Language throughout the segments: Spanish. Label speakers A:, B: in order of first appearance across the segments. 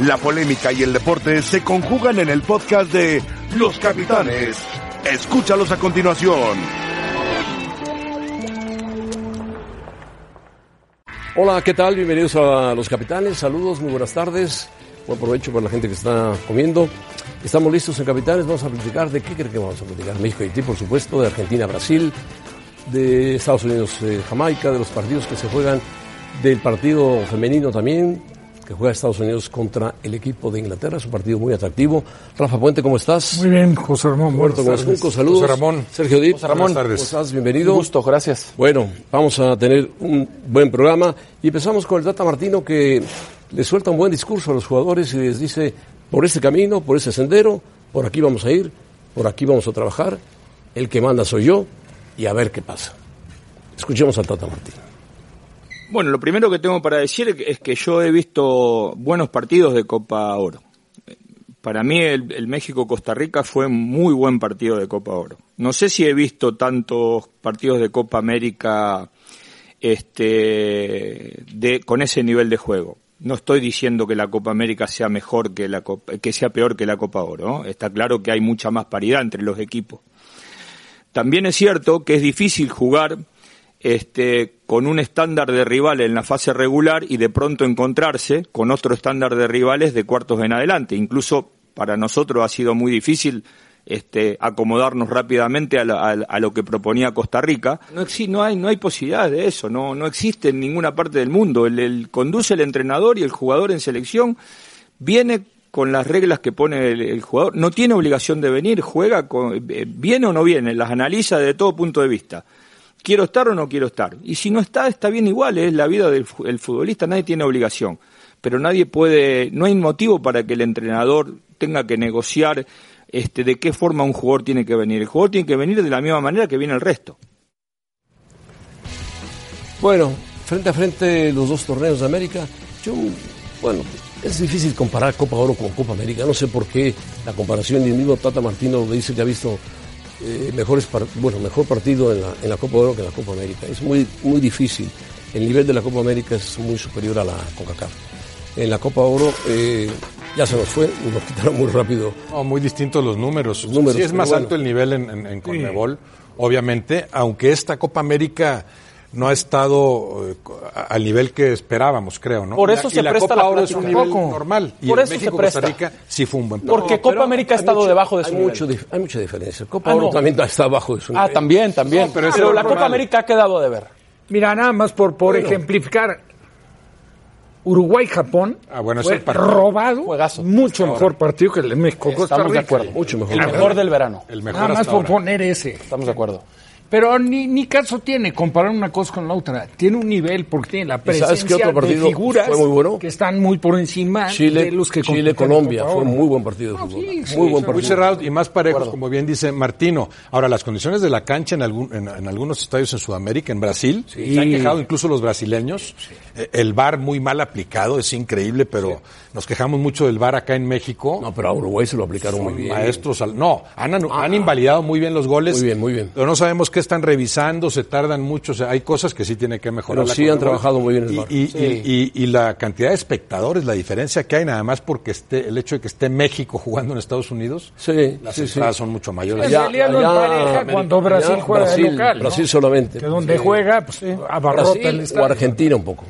A: La polémica y el deporte se conjugan en el podcast de Los Capitanes. Escúchalos a continuación.
B: Hola, ¿qué tal? Bienvenidos a Los Capitanes. Saludos, muy buenas tardes. Buen provecho para la gente que está comiendo. Estamos listos en Capitanes. Vamos a platicar de qué creen que vamos a platicar. México y Haití, por supuesto, de Argentina, Brasil, de Estados Unidos, eh, Jamaica, de los partidos que se juegan, del partido femenino también, que juega Estados Unidos contra el equipo de Inglaterra. Es un partido muy atractivo. Rafa Puente, ¿cómo estás?
C: Muy bien, José Ramón.
B: Roberto
C: buenas tardes.
B: Gómez Junco, saludos.
D: José Ramón.
B: Sergio Dip.
D: José Ramón.
B: Buenas tardes. ¿Cómo estás? Bienvenido.
D: Un gusto, gracias.
B: Bueno, vamos a tener un buen programa y empezamos con el Tata Martino que le suelta un buen discurso a los jugadores y les dice, por este camino, por este sendero, por aquí vamos a ir, por aquí vamos a trabajar, el que manda soy yo y a ver qué pasa. Escuchemos al Tata Martino.
E: Bueno, lo primero que tengo para decir es que yo he visto buenos partidos de Copa Oro. Para mí el, el México-Costa Rica fue muy buen partido de Copa Oro. No sé si he visto tantos partidos de Copa América este, de, con ese nivel de juego. No estoy diciendo que la Copa América sea mejor que la Copa- que sea peor que la Copa Oro. ¿no? Está claro que hay mucha más paridad entre los equipos. También es cierto que es difícil jugar este, con un estándar de rival en la fase regular y de pronto encontrarse con otro estándar de rivales de cuartos en adelante. Incluso para nosotros ha sido muy difícil este, acomodarnos rápidamente a, la- a la- a lo que proponía Costa Rica. No, exi- no hay, no hay posibilidad de eso, no, no existe en ninguna parte del mundo. El- el, conduce el entrenador y el jugador en selección viene con las reglas que pone el, el jugador, no tiene obligación de venir, juega, con, eh, viene o no viene, las analiza de todo punto de vista. Quiero estar o no quiero estar. Y si no está, está bien igual, es la vida del fu- el futbolista, nadie tiene obligación. Pero nadie puede, no hay motivo para que el entrenador tenga que negociar este, de qué forma un jugador tiene que venir. El jugador tiene que venir de la misma manera que viene el resto.
B: Bueno, frente a frente los dos torneos de América, yo, bueno, es difícil comparar Copa Oro con Copa América, no sé por qué la comparación y el mismo Tata Martino le dice que ha visto eh, mejores par- bueno, mejor partido en la, en la Copa Oro que en la Copa América, es muy, muy difícil, el nivel de la Copa América es muy superior a la CONCACAF. En la Copa Oro eh, ya se nos fue, nos quitaron muy rápido
D: No, muy distintos los números.
B: números,
D: sí es
B: pero
D: más
B: bueno.
D: alto el nivel en, en, en Conmebol, obviamente, aunque esta Copa América no ha estado eh, co- a- al nivel que esperábamos, creo, ¿no?
F: Por
D: Y
F: eso
D: y
F: se presta
D: Copa
F: la
D: Oro es un
F: plática.
D: nivel
F: Poco.
D: normal. Y
F: Por
D: el
F: eso se
D: México-Costa
F: presta.
D: Rica sí fue un buen partido.
F: Porque Copa América ha
B: hay
F: estado
B: mucho-
F: debajo de su
B: hay,
F: nivel.
B: mucho dif- hay mucha diferencia. Copa
F: Ah,
B: Oro
F: no.
B: también está abajo de su nivel.
F: Ah, también, también.
D: No, pero
F: pero
D: eso
F: la
D: es
F: Copa
D: normal.
F: América ha quedado de ver.
C: Mira, nada más por, por ejemplificar. Uruguay-Japón
D: Ah, bueno, es
C: fue
D: el partido.
C: robado.
F: Juegazo.
C: Mucho mejor partido que el de México-Costa
F: Estamos de
C: Rica.
F: acuerdo.
B: mucho mejor.
F: El
B: Ah,
F: mejor del verano.
D: El mejor
C: Nada más
D: hasta
C: por
D: ahora.
C: poner ese.
F: Estamos de acuerdo.
C: Pero ni, ni caso tiene comparar una cosa con la otra. Tiene un nivel porque tiene la
B: ¿Y
C: presencia
B: sabes qué otro partido
C: de figuras
B: fue muy bueno?
C: que están muy por encima de
B: Chile,
C: los que compiten
B: Chile Colombia
C: en Copa
B: fue un
C: Oro.
B: muy buen partido de
C: No,
B: fútbol.
C: sí, sí,
B: muy buen
C: sí,
B: partido.
D: Muy cerrados y más parejos,
F: Acuerdo.
D: como bien dice Martino. Ahora, las condiciones de la cancha en, algún, en, en algunos estadios en Sudamérica, en Brasil, se han quejado incluso los brasileños. Eh, El VAR muy mal aplicado, es increíble, pero nos quejamos mucho del VAR acá en México.
B: No, pero a Uruguay se lo aplicaron muy bien. Ah.
D: Maestros, al- no, han, anu- han invalidado muy bien los goles.
B: Muy bien, muy bien.
D: Pero no sabemos qué están revisando, se tardan mucho, o sea, hay cosas que sí tiene que mejorar.
B: Pero
D: la
B: sí han
D: Conmebol.
B: trabajado muy bien el
D: Y-
B: VAR.
D: Y, y- y- y la cantidad de espectadores, la diferencia que hay, nada más porque esté, el hecho de que esté México jugando en Estados Unidos,
B: Sí,
D: las
B: sí, pues, sí.
D: entradas son mucho mayores.
C: Ya, Salía lo empareja cuando Brasil juega de
B: Brasil,
C: local, ¿no?
B: Brasil solamente.
C: Que donde
B: Este, Sí.
C: juega,
G: eh,
C: pues, abarrota el
B: Brasil o
C: estadio.
B: Argentina un poco.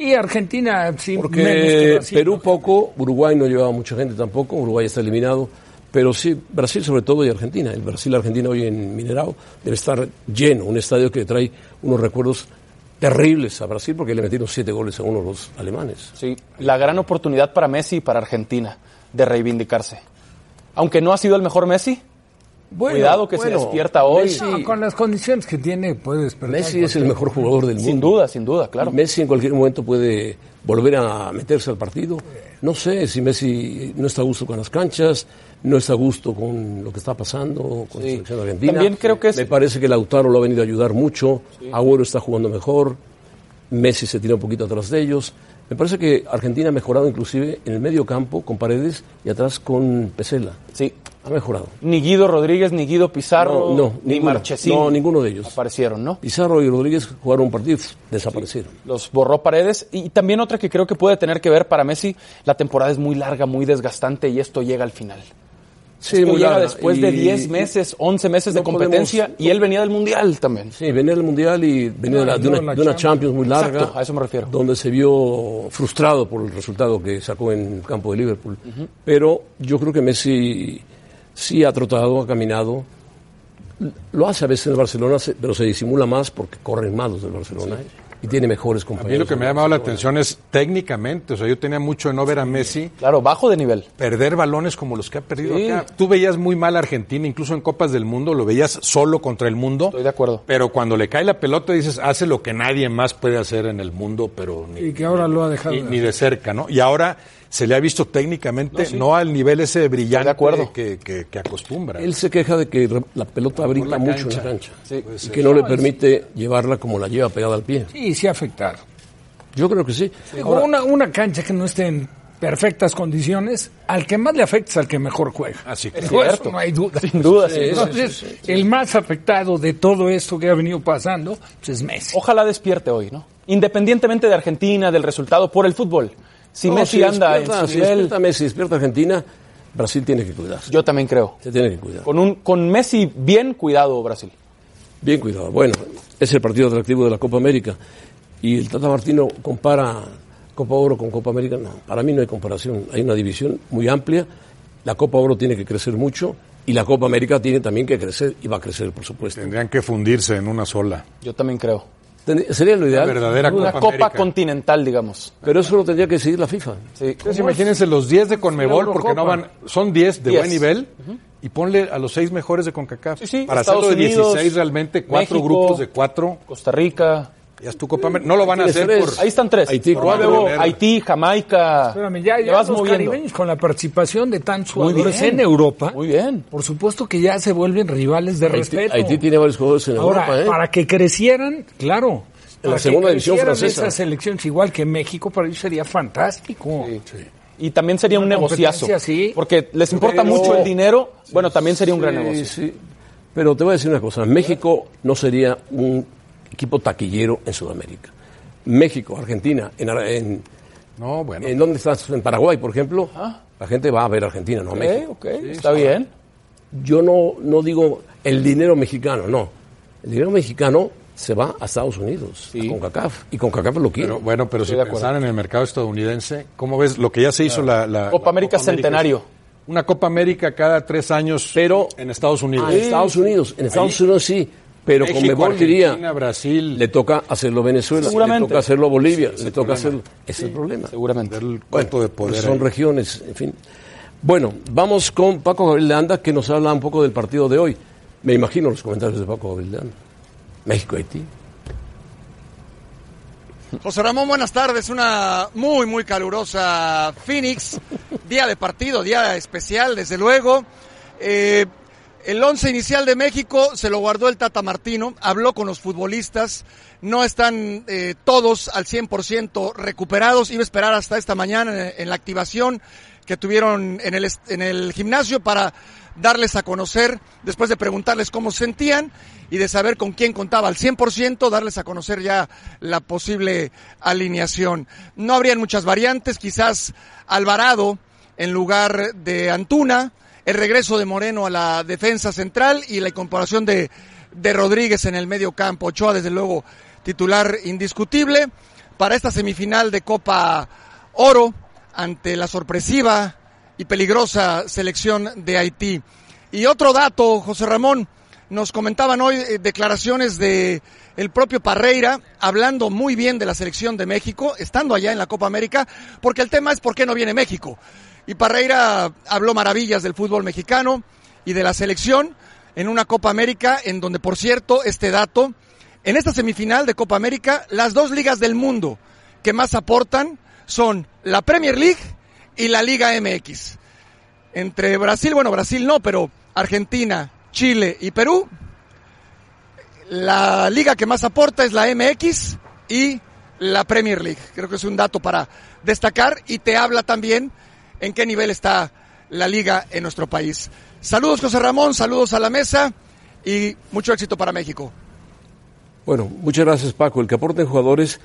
C: Y Argentina, sí, menos que
B: Porque eh,
C: Brasil.
B: Perú poco, Uruguay no llevaba mucha gente tampoco, Uruguay está eliminado, pero sí, Brasil sobre todo y Argentina. El Brasil-Argentina hoy en Minerao debe estar lleno, un estadio que trae unos recuerdos terribles a Brasil porque le metieron siete goles a uno los alemanes.
F: Sí, la gran oportunidad para Messi y para Argentina de reivindicarse. Aunque no ha sido el mejor Messi, cuidado que
B: bueno,
F: se despierta hoy.
B: Messi-
C: No, con las condiciones que tiene, puede despertar.
B: Messi es el mejor jugador del mundo.
F: Sin duda, sin duda, claro.
B: Messi en cualquier momento puede volver a meterse al partido. No sé si Messi no está a gusto con las canchas, no está a gusto con lo que está pasando con la
F: Sí.
B: selección argentina.
F: También creo que es-
B: Me parece que Lautaro lo ha venido a ayudar mucho. Agüero está jugando mejor. Messi se tira un poquito atrás de ellos. Me parece que Argentina ha mejorado inclusive en el medio campo con Paredes y atrás con Pesela.
F: Sí.
B: Ha mejorado.
F: Ni Guido Rodríguez, ni Guido Pizarro,
B: No, no,
F: ni
B: ninguno.
F: Marchesín.
B: No, ninguno de ellos.
F: Aparecieron, ¿no?
B: Pizarro y Rodríguez jugaron un partido y pf, desaparecieron.
F: Los borró Paredes. Y también otra que creo que puede tener que ver para Messi, la temporada es muy larga, muy desgastante y esto llega al final.
B: Sí,
F: Esto
B: muy
F: llega
B: larga.
F: después de
B: Y-
F: 10 meses, 11 meses de
B: no
F: competencia
B: podemos-
F: y él venía del Mundial también.
B: Sí, venía del Mundial y venía de, la- de una, de una Champions muy larga.
F: Exacto, a eso me refiero.
B: Donde se vio frustrado por el resultado que sacó en el campo de Liverpool. Pero yo creo que Messi sí ha trotado, ha caminado. Lo hace a veces en el Barcelona, se- pero se disimula más porque corren más los del Barcelona y tiene mejores
D: A mí lo
B: compañeros.
D: que me ha llamado la atención es técnicamente, o sea, yo tenía mucho de no ver a Messi
F: Claro, bajo de nivel.
D: perder balones como los que ha perdido
F: Sí.
D: acá. Tú veías muy mal a Argentina, incluso en Copas del Mundo, lo veías solo contra el mundo.
F: Estoy de acuerdo.
D: Pero cuando le cae la pelota dices, hace lo que nadie más puede hacer en el mundo, pero ni,
G: Y que ahora lo ha dejado.
D: ni- ni de cerca, ¿no? Y ahora se le ha visto técnicamente no, al nivel ese brillante
F: de acuerdo.
D: Que, que- que acostumbra.
B: Él se queja de que re- la pelota brinca
D: la
B: mucho en
D: cancha.
B: la cancha
F: Sí.
B: y que no le permite llevarla como la lleva pegada al pie.
G: Sí, sí ha afectado.
B: Yo creo que sí.
G: Digo,
B: Ahora,
G: una, una cancha que no esté en perfectas condiciones, al que más le afecta es al que mejor juega.
D: Así que
G: Digo,
F: cierto.
G: eso no hay duda.
F: Sin duda, sin duda.
G: Entonces, el más afectado de todo esto que ha venido pasando pues es Messi.
F: Ojalá despierte hoy, ¿no? Independientemente de Argentina, del resultado, por el fútbol. Si
B: no,
F: Messi
B: si
F: anda en
B: despierta-
F: su
B: si
F: nivel, Pues
B: despierta Messi, despierta Argentina, Brasil tiene que cuidarse.
F: yo también creo.
B: Se tiene que cuidar.
F: Con, un, con Messi bien cuidado, Brasil.
B: Bien cuidado. Bueno, es el partido atractivo de la Copa América. Y el Tata Martino compara Copa Oro con Copa América. No, para mí no hay comparación. Hay una división muy amplia. La Copa Oro tiene que crecer mucho y la Copa América tiene también que crecer y va a crecer, por supuesto.
D: tendrían que fundirse en una sola.
F: Yo también creo.
B: Tendría- Sería lo ideal.
D: La verdadera
F: Una
D: Copa
F: copa
D: América.
F: continental, digamos.
B: Pero eso lo tendría que decidir la FIFA.
F: Sí.
D: Ustedes imagínense los 10 de Conmebol, porque no van, son 10 de
F: Diez.
D: buen nivel, y ponle a los 6 mejores de CONCACAF.
F: Sí, sí,
D: Para
F: Estados
D: hacerlo de
F: Unidos,
D: 16 realmente, cuatro
F: México.
D: grupos de 4,
F: Costa Rica.
D: ya es tu Copa América. No lo van a hacer
B: Tienes
D: por...
B: tres.
F: Ahí están tres.
B: Haití,
F: Por
B: cuatro.
F: luego
D: Primero.
F: Haití, Jamaica.
G: Espérame, ya,
F: Te
G: ya
F: vas
G: los
F: moviendo.
G: caribeños con la participación de tantos
F: Muy
G: jugadores
F: bien.
G: en Europa,
F: Muy bien.
G: por supuesto que ya se vuelven rivales de
B: Haití,
G: respeto.
B: Haití tiene varios jugadores en
G: Ahora,
B: Europa. ¿eh?
G: para que crecieran, claro.
B: En la
G: para que
B: segunda división
G: crecieran
B: francesa.
G: Esas selecciones igual que México, para ellos sería fantástico.
F: Y también sería un negociazo.
G: competencia, sí.
F: Porque les importa
B: Pero-
F: mucho el dinero. Bueno, también sería un gran
B: Sí,
F: negocio.
B: sí. Pero te voy a decir una cosa, México no sería un equipo taquillero en Sudamérica. México, Argentina, en, Ara- en,
D: No, bueno.
B: en dónde estás, en Paraguay, por ejemplo,
F: ¿Ah?
B: la gente va a ver a Argentina, no a
F: Ok,
B: México.
F: ok, está bien.
B: Yo no, no digo el dinero mexicano, no. El dinero mexicano se va a Estados Unidos, a CONCACAF, y CONCACAF lo quiere.
D: Pero, bueno, pero si
F: de acuerdo.
D: pensaran en el mercado estadounidense, ¿cómo ves lo que ya se hizo la, la-
F: Copa
D: la
F: América Centenario.
D: Una Copa América cada tres años pero en Estados Unidos.
B: Ah, en Estados Unidos, en Estados Unidos sí, pero
D: México,
B: con Mebol
D: Argentina,
B: diría,
D: Brasil,
B: le toca hacerlo Venezuela, le
F: Seguramente.
B: toca hacerlo Bolivia, le toca hacerlo... Es el problema.
F: Seguramente.
D: el
B: Bueno,
D: cuento de poder.
B: Son
D: ahí.
B: regiones, en fin. Bueno, vamos con Paco Gabriel de Anda, que nos habla un poco del partido de hoy. Me imagino los comentarios de Paco Gabriel de Anda. México-Haití.
H: José Ramón, buenas tardes. Una muy, muy calurosa Phoenix. Día de partido, día especial, desde luego. Eh, el once inicial de México se lo guardó el Tata Martino. Habló con los futbolistas. No están eh, todos al 100% recuperados. Iba a esperar hasta esta mañana en, en la activación que tuvieron en el, est- en el gimnasio para darles a conocer, después de preguntarles cómo se sentían y de saber con quién contaba al 100%, darles a conocer ya la posible alineación. No habrían muchas variantes, quizás Alvarado en lugar de Antuna, el regreso de Moreno a la defensa central y la incorporación de, de Rodríguez en el medio campo. Ochoa, desde luego, titular indiscutible para esta semifinal de Copa Oro ante la sorpresiva y peligrosa selección de Haití. Y otro dato, José Ramón, nos comentaban hoy eh, declaraciones de el propio Parreira hablando muy bien de la selección de México, estando allá en la Copa América, porque el tema es por qué no viene México. Y Parreira habló maravillas del fútbol mexicano y de la selección en una Copa América en donde, por cierto, este dato, en esta semifinal de Copa América, las dos ligas del mundo que más aportan son la Premier League y la Liga MX entre Brasil, bueno, Brasil no, pero Argentina, Chile y Perú. La liga que más aporta es la MX y la Premier League. Creo que es un dato para destacar y te habla también en qué nivel está la liga en nuestro país. Saludos José Ramón, saludos a la mesa y mucho éxito para México.
B: Bueno, muchas gracias Paco. El que aporten jugadores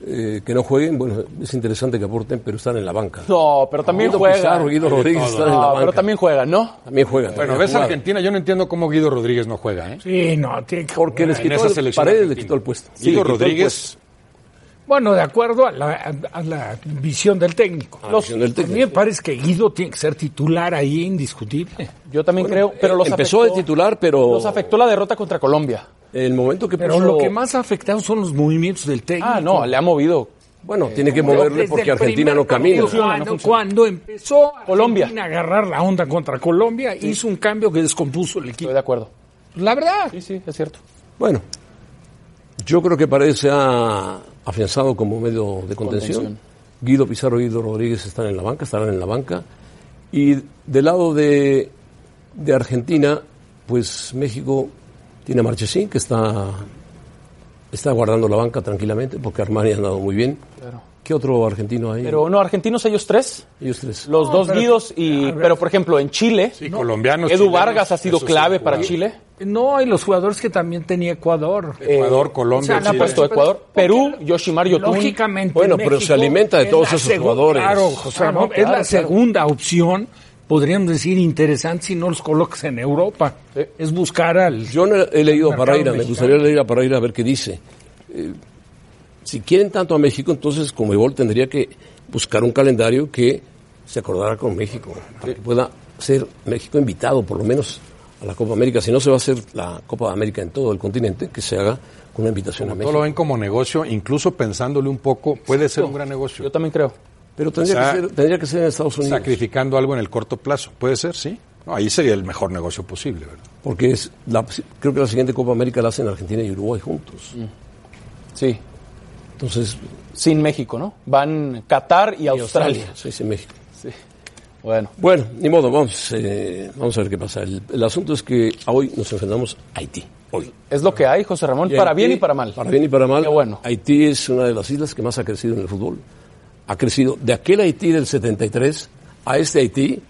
B: eh, que no jueguen, bueno, es interesante que aporten, pero están en la banca.
F: No, pero también
B: Guido
F: juega.
B: Pizarro, Guido Rodríguez
F: No,
B: están en la banca.
F: pero también juega, ¿no?
B: También juegan.
D: Bueno,
B: también
D: ves a
B: jugaron.
D: Argentina, yo no entiendo cómo Guido Rodríguez no juega, ¿eh?
G: Sí, no, tiene que
B: Porque les
D: en
B: quitó
D: esa
B: el,
D: selección
B: Paredes le
D: argentina.
B: quitó el puesto. Sí, le
D: Guido
B: quitó el
D: Rodríguez,
F: pues,
G: Bueno, de acuerdo a la, a la visión del técnico.
B: la visión del técnico,
G: A mí me
B: sí.
G: parece que Guido tiene que ser titular ahí, indiscutible. eh,
F: Yo también
B: puesto.
F: creo. Pero los
B: empezó
F: afectó-
B: de titular, pero
F: Los afectó la derrota contra Colombia.
B: el momento que
G: Pero
B: puso-
G: lo que más ha afectado son los movimientos del técnico.
F: Ah, no, le ha movido.
B: bueno, tiene que
G: Pero
B: moverle
G: desde
B: porque
G: el
B: Argentina
G: primer
B: no camina.
G: partido, Cuando, cuando empezó
F: Ah, Colombia.
G: Argentina a agarrar la onda contra Colombia, hizo un cambio que descompuso el equipo.
F: Estoy de acuerdo.
G: La verdad.
F: Sí, sí, es cierto.
B: Bueno, yo creo que Paredes se ha afianzado como medio de contención.
F: Contención.
B: Guido Pizarro y Guido Rodríguez están en la banca, estarán en la banca. Y del lado de, de Argentina, pues México tiene a Marchesín, que está, está guardando la banca tranquilamente, porque Armani ha andado muy bien. ¿Qué otro argentino hay?
F: Pero no, argentinos ellos tres.
B: Ellos tres.
F: Los dos Guidos y. Pero por ejemplo, en Chile.
D: y colombianos.
F: Edu
D: chilenos,
F: Vargas ha sido
D: esos
F: clave para
D: jugadores.
F: Chile.
G: No, y los jugadores que también tenía Ecuador. Eh,
D: Ecuador,
G: O sea,
D: Colombia,
G: la
D: Chile.
F: Eh, puesto
G: participación-
F: Ecuador,
G: porque
F: Perú,
G: la-
F: Yoshimar Yotun.
G: Lógicamente.
B: Bueno, pero
G: México
B: se alimenta de
G: es
B: todos
G: la
B: esos
G: segu-
B: jugadores.
G: Claro, José
F: Ah,
G: Ramón,
F: no,
G: es la
F: claro, claro.
G: segunda opción, podríamos decir, interesante si no los colocas en Europa. Es buscar al.
B: Yo no he leído a
G: Mercado
B: Parreira, me
G: mexicano.
B: gustaría leer a Parreira a ver qué dice. Eh, si quieren tanto a México, entonces Comebol tendría que buscar un calendario que se acordara con México, para que pueda ser México invitado por lo menos a la Copa América. Si no se va a hacer la Copa América en todo el continente, que se haga con una invitación a
D: Todo lo
B: México.
D: ven como negocio, incluso pensándole un poco, puede ser un gran
F: Yo
D: negocio.
F: también creo.
B: Pero tendría,
D: O sea,
B: que ser, tendría que ser en Estados Unidos,
D: Sacrificando algo en el corto plazo, puede ser, sí. No, ahí sería el mejor negocio posible, ¿verdad?
B: porque es la- creo que la siguiente Copa América la hacen Argentina y Uruguay juntos.
F: Mm. Sí.
B: Entonces,
F: Sin México, ¿no? Van Qatar y, Australia.
B: Australia, sí, sí, México.
F: Bueno.
B: Bueno, ni modo, vamos, eh, vamos a ver qué pasa. El, el asunto es que hoy nos enfrentamos a Haití. Hoy.
F: Es lo que hay, José Ramón,
B: Y
F: para
B: Haití,
F: bien y para mal.
B: Para bien y para mal.
F: Qué bueno.
B: Haití es una de las islas que más ha crecido en el fútbol. Ha crecido de aquel Haití del 73 a este Haití.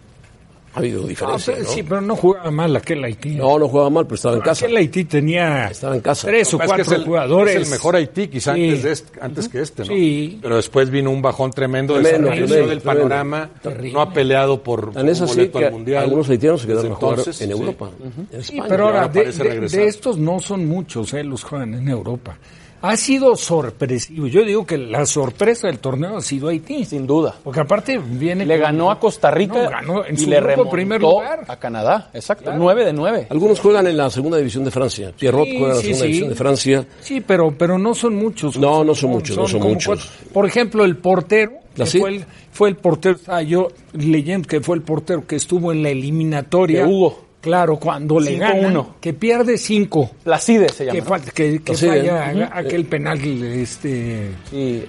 B: Ha habido
G: Ah,
B: diferencia. ¿no?
G: Sí, pero no jugaba mal aquel Haití.
B: no, no jugaba mal, pero estaba en casa.
G: Aquel Haití tenía
B: Estaba en casa.
G: tres
D: Lo
G: o
D: que pasa
G: cuatro
D: es que es el-
G: jugadores.
D: Es el mejor Haití, quizá
G: Sí.
D: antes, de este- antes que este, ¿no?
G: Sí.
D: Pero después vino un bajón tremendo,
B: Tremendo,
D: desapareció
B: tremendo,
D: del
B: tremendo.
D: panorama, no ha peleado por
B: Tan es
D: un
B: así
D: boleto
B: que
D: al mundial.
B: algunos haitianos se quedaron
D: Desde
B: a jugar
D: entonces,
B: en
D: sí.
B: Europa, en España.
G: Pero
D: ahora
G: ahora, de,
D: parece
G: de-
D: regresar.
G: de este estos no son muchos eh, los que juegan en Europa. Ha sido sorpresivo. Yo digo que la sorpresa del torneo ha sido Haití.
F: Sin duda.
G: Porque aparte viene...
F: Le
G: con-
F: ganó a Costa Rica
G: No, ganó en
F: y
G: su
F: le
G: grupo en
F: remontó
G: primer lugar.
F: a Canadá. Exacto. 9 de 9.
B: Algunos juegan en la segunda división de Francia. Pierrot
G: Sí,
B: juega en la
G: sí,
B: segunda
G: sí.
B: división de Francia.
G: Sí, pero, pero no son muchos.
B: No, no son muchos, no son
G: como
B: muchos.
G: cuatro. Por ejemplo, el portero,
F: ¿Ah,
G: que
B: ¿Así?
G: fue, el, fue el portero, estaba yo leyendo que fue el portero que estuvo en la eliminatoria.
F: De Hugo.
G: Claro, cuando le
F: 5-1.
G: ganan, que pierde 5.
F: Placide E se llama.
G: Que,
F: ¿no?
G: falta- que, que
B: Así, ¿eh?
D: E.
G: falla aquel penal este
F: Sí.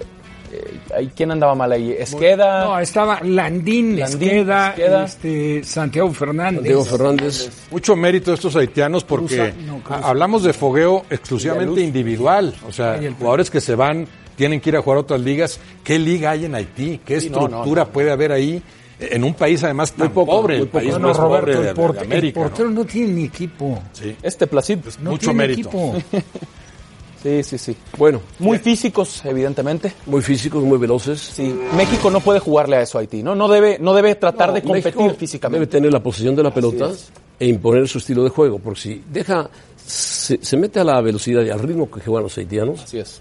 F: Eh, ahí, ¿Quién andaba mal ahí? Esqueda.
G: No, estaba Landín,
F: Landín,
G: Esqueda,
F: Esqueda.
G: este, Santiago Fernández.
B: Diego Fernández.
D: Mucho mérito de estos haitianos porque
G: Cruz- no, Cruz-
D: ha- hablamos de fogueo exclusivamente individual. O sea, jugadores que se van, tienen que ir a jugar a otras ligas. ¿Qué liga hay en Haití? ¿Qué
F: no, no,
D: estructura puede haber ahí? En un país además tan
B: poco,
D: pobre, el
B: muy poco.
D: país
G: No,
D: más
G: no,
D: pobre
G: Roberto,
D: de- de,
G: el, porte- el
D: América. ¿no?
G: portero no tiene ni equipo.
D: Sí.
F: Este Placide.
G: No
D: Mucho
G: tiene
D: mérito.
G: equipo.
F: Sí, sí, sí.
B: Bueno,
F: Muy físicos, evidentemente.
B: muy físicos, muy veloces.
F: Sí. México no puede jugarle a eso a Haití, ¿no? No debe, no debe tratar de competir
B: México
F: físicamente.
B: Debe tener la posesión de la pelota
F: es.
B: e imponer su estilo de juego, porque si deja, se, se mete a la velocidad y al ritmo que juegan los haitianos,
F: Así es.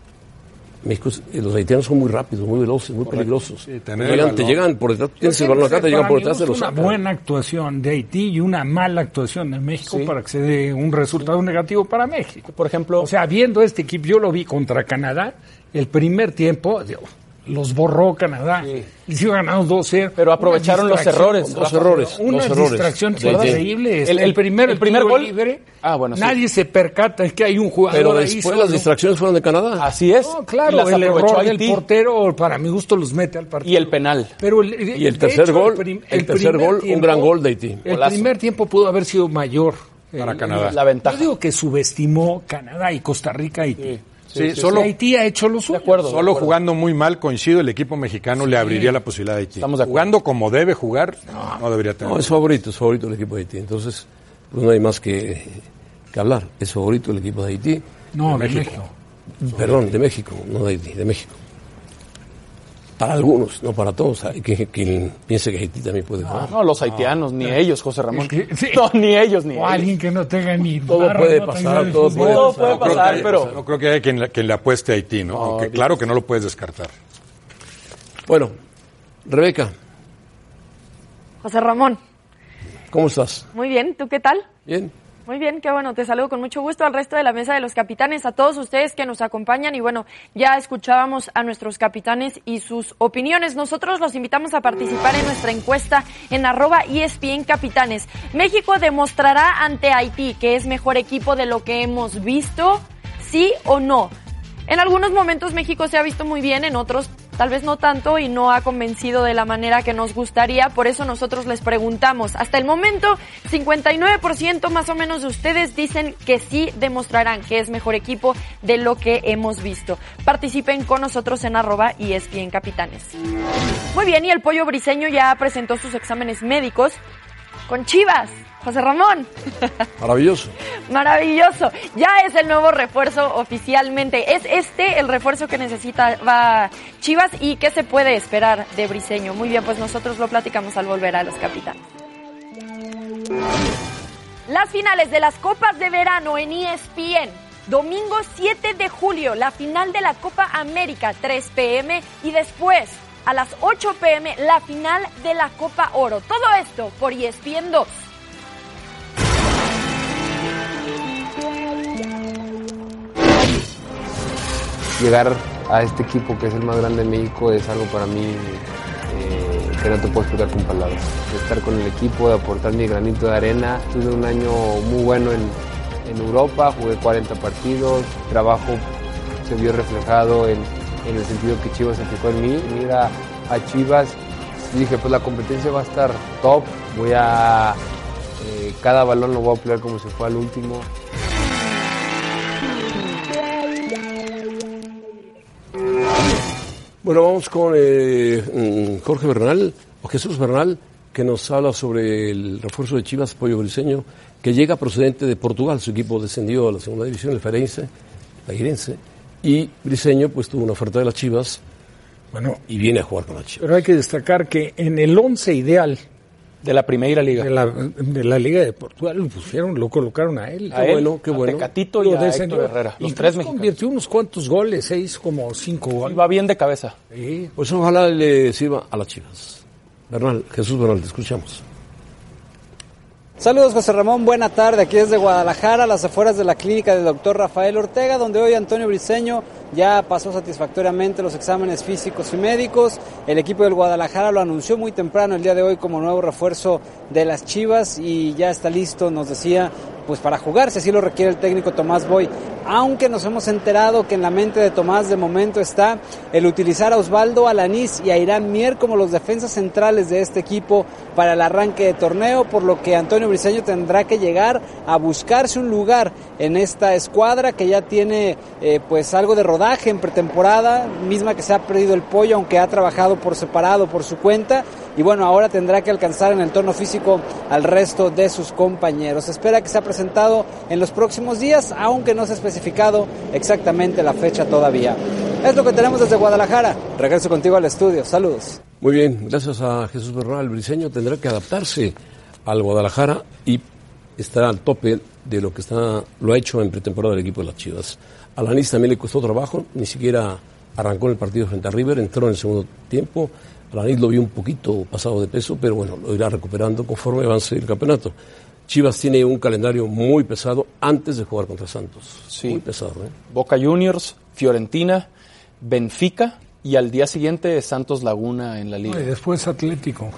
B: México es- eh, los haitianos son muy rápidos, muy veloces, muy peligrosos.
D: Sí, tener el
B: llegan, te
D: balón.
B: llegan por detrás, tienes el balón acá, te
G: Para
B: llegan por
G: mi
B: detrás, te
G: gusto,
B: los
G: una
B: sacan.
G: buena actuación de Haití y una mala actuación de México
F: Sí.
G: para que se dé un resultado negativo para México.
F: Por ejemplo,
G: O sea, viendo este equipo, yo lo vi contra Canadá, el primer tiempo, digo, los borró Canadá, les iba ganando 2-0.
F: Pero
G: Una
F: aprovecharon los
G: distracción,
F: errores,
B: Dos
F: Rafa.
B: errores,
G: Una
B: dos errores.
G: distracción
B: de Haití.
G: increíble. este,
F: El-
G: El,
F: el-
G: primer,
F: el primer
G: tiro
F: gol-
G: libre,
F: Ah, bueno, sí.
G: nadie se percata que hay un jugador
B: Pero
G: ahí
B: después
G: solo.
B: las distracciones fueron de Canadá.
F: así es.
G: No,
F: Y
G: claro,
F: las
G: el
F: aprovechó
G: error del
F: Haití.
G: portero, para mi gusto, los mete al partido.
F: Y el penal.
G: Pero el,
B: Y el
G: de
B: tercer gol,
G: prim-
B: el tercer
G: primer
B: gol, un gran gol de Haití.
G: El
F: Golazo.
G: primer tiempo pudo haber sido mayor. eh,
D: Para
G: El-
D: Canadá.
F: La ventaja.
G: Yo digo que subestimó Canadá y Costa Rica. Y,
D: Sí, solo,
G: Haití ha hecho lo suyo.
F: De acuerdo.
D: solo jugando muy mal, coincido, el equipo mexicano le abriría la posibilidad a Haití.
F: Estamos de acuerdo.
D: Jugando como debe jugar, no, debería tener.
B: No, es favorito, es favorito el equipo de Haití. Entonces, pues no hay más que, que hablar. Es favorito el equipo de Haití.
G: No, de México.
B: Perdón, de México, no de Haití, de México. Para algunos, no para todos. Hay quien, quien piense que Haití también puede jugar.
F: No, los haitianos, ni
B: Ah.
F: ellos, José Ramón.
G: Es que- sí.
F: No, ni ellos, ni
G: O
F: ellos.
G: alguien que no tenga ni
B: Todo
G: barra,
B: puede
G: no
B: pasar,
G: tenga ni
B: todo
G: fútbol.
B: puede
F: No
B: pasar.
F: puede
D: No creo que
F: pasar,
D: haya-
F: pero
D: No creo que haya quien, le- quien le apueste a Haití, ¿no? Aunque claro que no lo puedes descartar.
B: Bueno, Rebeca,
I: José Ramón,
B: ¿cómo estás?
I: muy bien, ¿tú qué tal?
B: ¿Bien?
I: Muy bien, qué bueno, te saludo con mucho gusto al resto de la mesa de los capitanes, a todos ustedes que nos acompañan y bueno, ya escuchábamos a nuestros capitanes y sus opiniones. Nosotros los invitamos a participar en nuestra encuesta en arroba E ESPN Capitanes. México demostrará ante Haití que es mejor equipo de lo que hemos visto, sí o no. En algunos momentos México se ha visto muy bien, en otros tal vez no tanto y no ha convencido de la manera que nos gustaría. Por eso nosotros les preguntamos. Hasta el momento, 59% más o menos de ustedes dicen que sí demostrarán que es mejor equipo de lo que hemos visto. Participen con nosotros en arroba y capitanes. Muy bien, y el pollo briseño ya presentó sus exámenes médicos con Chivas. José Ramón.
B: Maravilloso.
I: Maravilloso. Ya es el nuevo refuerzo oficialmente. Es este el refuerzo que necesitaba Chivas y qué se puede esperar de Briseño. Muy bien, pues nosotros lo platicamos al volver a los capitanes. Las finales de las Copas de Verano en E ESPN. Domingo 7 de julio, la final de la Copa América 3 pm y después a las 8 pm la final de la Copa Oro. Todo esto por E ESPN 2.
J: llegar a este equipo que es el más grande de México es algo para mí eh, que no te puedo explicar con palabras. De Estar con el equipo, de aportar mi granito de arena. Tuve un año muy bueno en, en Europa, jugué 40 partidos, trabajo se vio reflejado en, en el sentido que Chivas se fijó en mí. Mira a Chivas, y dije, pues la competencia va a estar top, voy a... eh, cada balón lo voy a pelear como si fuera el último.
B: Bueno, vamos con eh, mm, Jorge Bernal, o Jesús Bernal, que nos habla sobre el refuerzo de Chivas Pollo Briseño, que llega procedente de Portugal. Su equipo descendió a la segunda división, el Ferense, la Girense, y Briseño pues tuvo una oferta de las Chivas
G: Bueno,
B: y viene a jugar con las Chivas.
G: pero hay que destacar que en el once ideal
F: de la primera liga.
G: de la, de la Liga de Portugal lo pusieron, lo colocaron a él.
F: A
B: qué
F: él,
B: bueno, qué
F: a
B: bueno.
F: Tecatito y
G: Lo
F: a
G: descendió.
F: Héctor Herrera. Los
G: Incluso
F: tres mexicanos.
G: convirtió unos cuantos goles, se hizo como cinco
F: Y
G: goles.
F: va bien de cabeza.
G: Sí.
B: Pues ojalá le sirva a las Chivas. Bernal, Jesús Bernal, te escuchamos.
K: Saludos José Ramón, buena tarde. Aquí desde Guadalajara, a las afueras de la clínica del doctor Rafael Ortega, donde hoy Antonio Briseño ya pasó satisfactoriamente los exámenes físicos y médicos. El equipo del Guadalajara lo anunció muy temprano el día de hoy como nuevo refuerzo de las Chivas y ya está listo, nos decía, pues para jugar, si así lo requiere el técnico Tomás Boy. Aunque nos hemos enterado que en la mente de Tomás de momento está el utilizar a Osvaldo Alanís y a Irán Mier como los defensas centrales de este equipo para el arranque de torneo, por lo que Antonio Briseño tendrá que llegar a buscarse un lugar en esta escuadra que ya tiene eh, pues algo de rodaje en pretemporada, misma que se ha perdido el pollo, aunque ha trabajado por separado por su cuenta, y bueno, ahora tendrá que alcanzar en el tono físico al resto de sus compañeros. Se espera que sea presentado en los próximos días, aunque no se ha especificado exactamente la fecha todavía. Es lo que tenemos desde Guadalajara. Regreso contigo al estudio. Saludos.
B: Muy bien, gracias a Jesús Bernal. Briseño tendrá que adaptarse al Guadalajara y estará al tope de lo que está, lo ha hecho en pretemporada el equipo de las Chivas. A Alanis también le costó trabajo, ni siquiera arrancó en el partido frente a River, entró en el segundo tiempo. Alanis lo vio un poquito pasado de peso, pero bueno, lo irá recuperando conforme avance el campeonato. Chivas tiene un calendario muy pesado antes de jugar contra Santos.
F: Sí.
B: Muy pesado, ¿eh?
F: Boca Juniors, Fiorentina, Benfica y al día siguiente Santos Laguna en la
G: No,
F: liga.
G: Y después Atlético.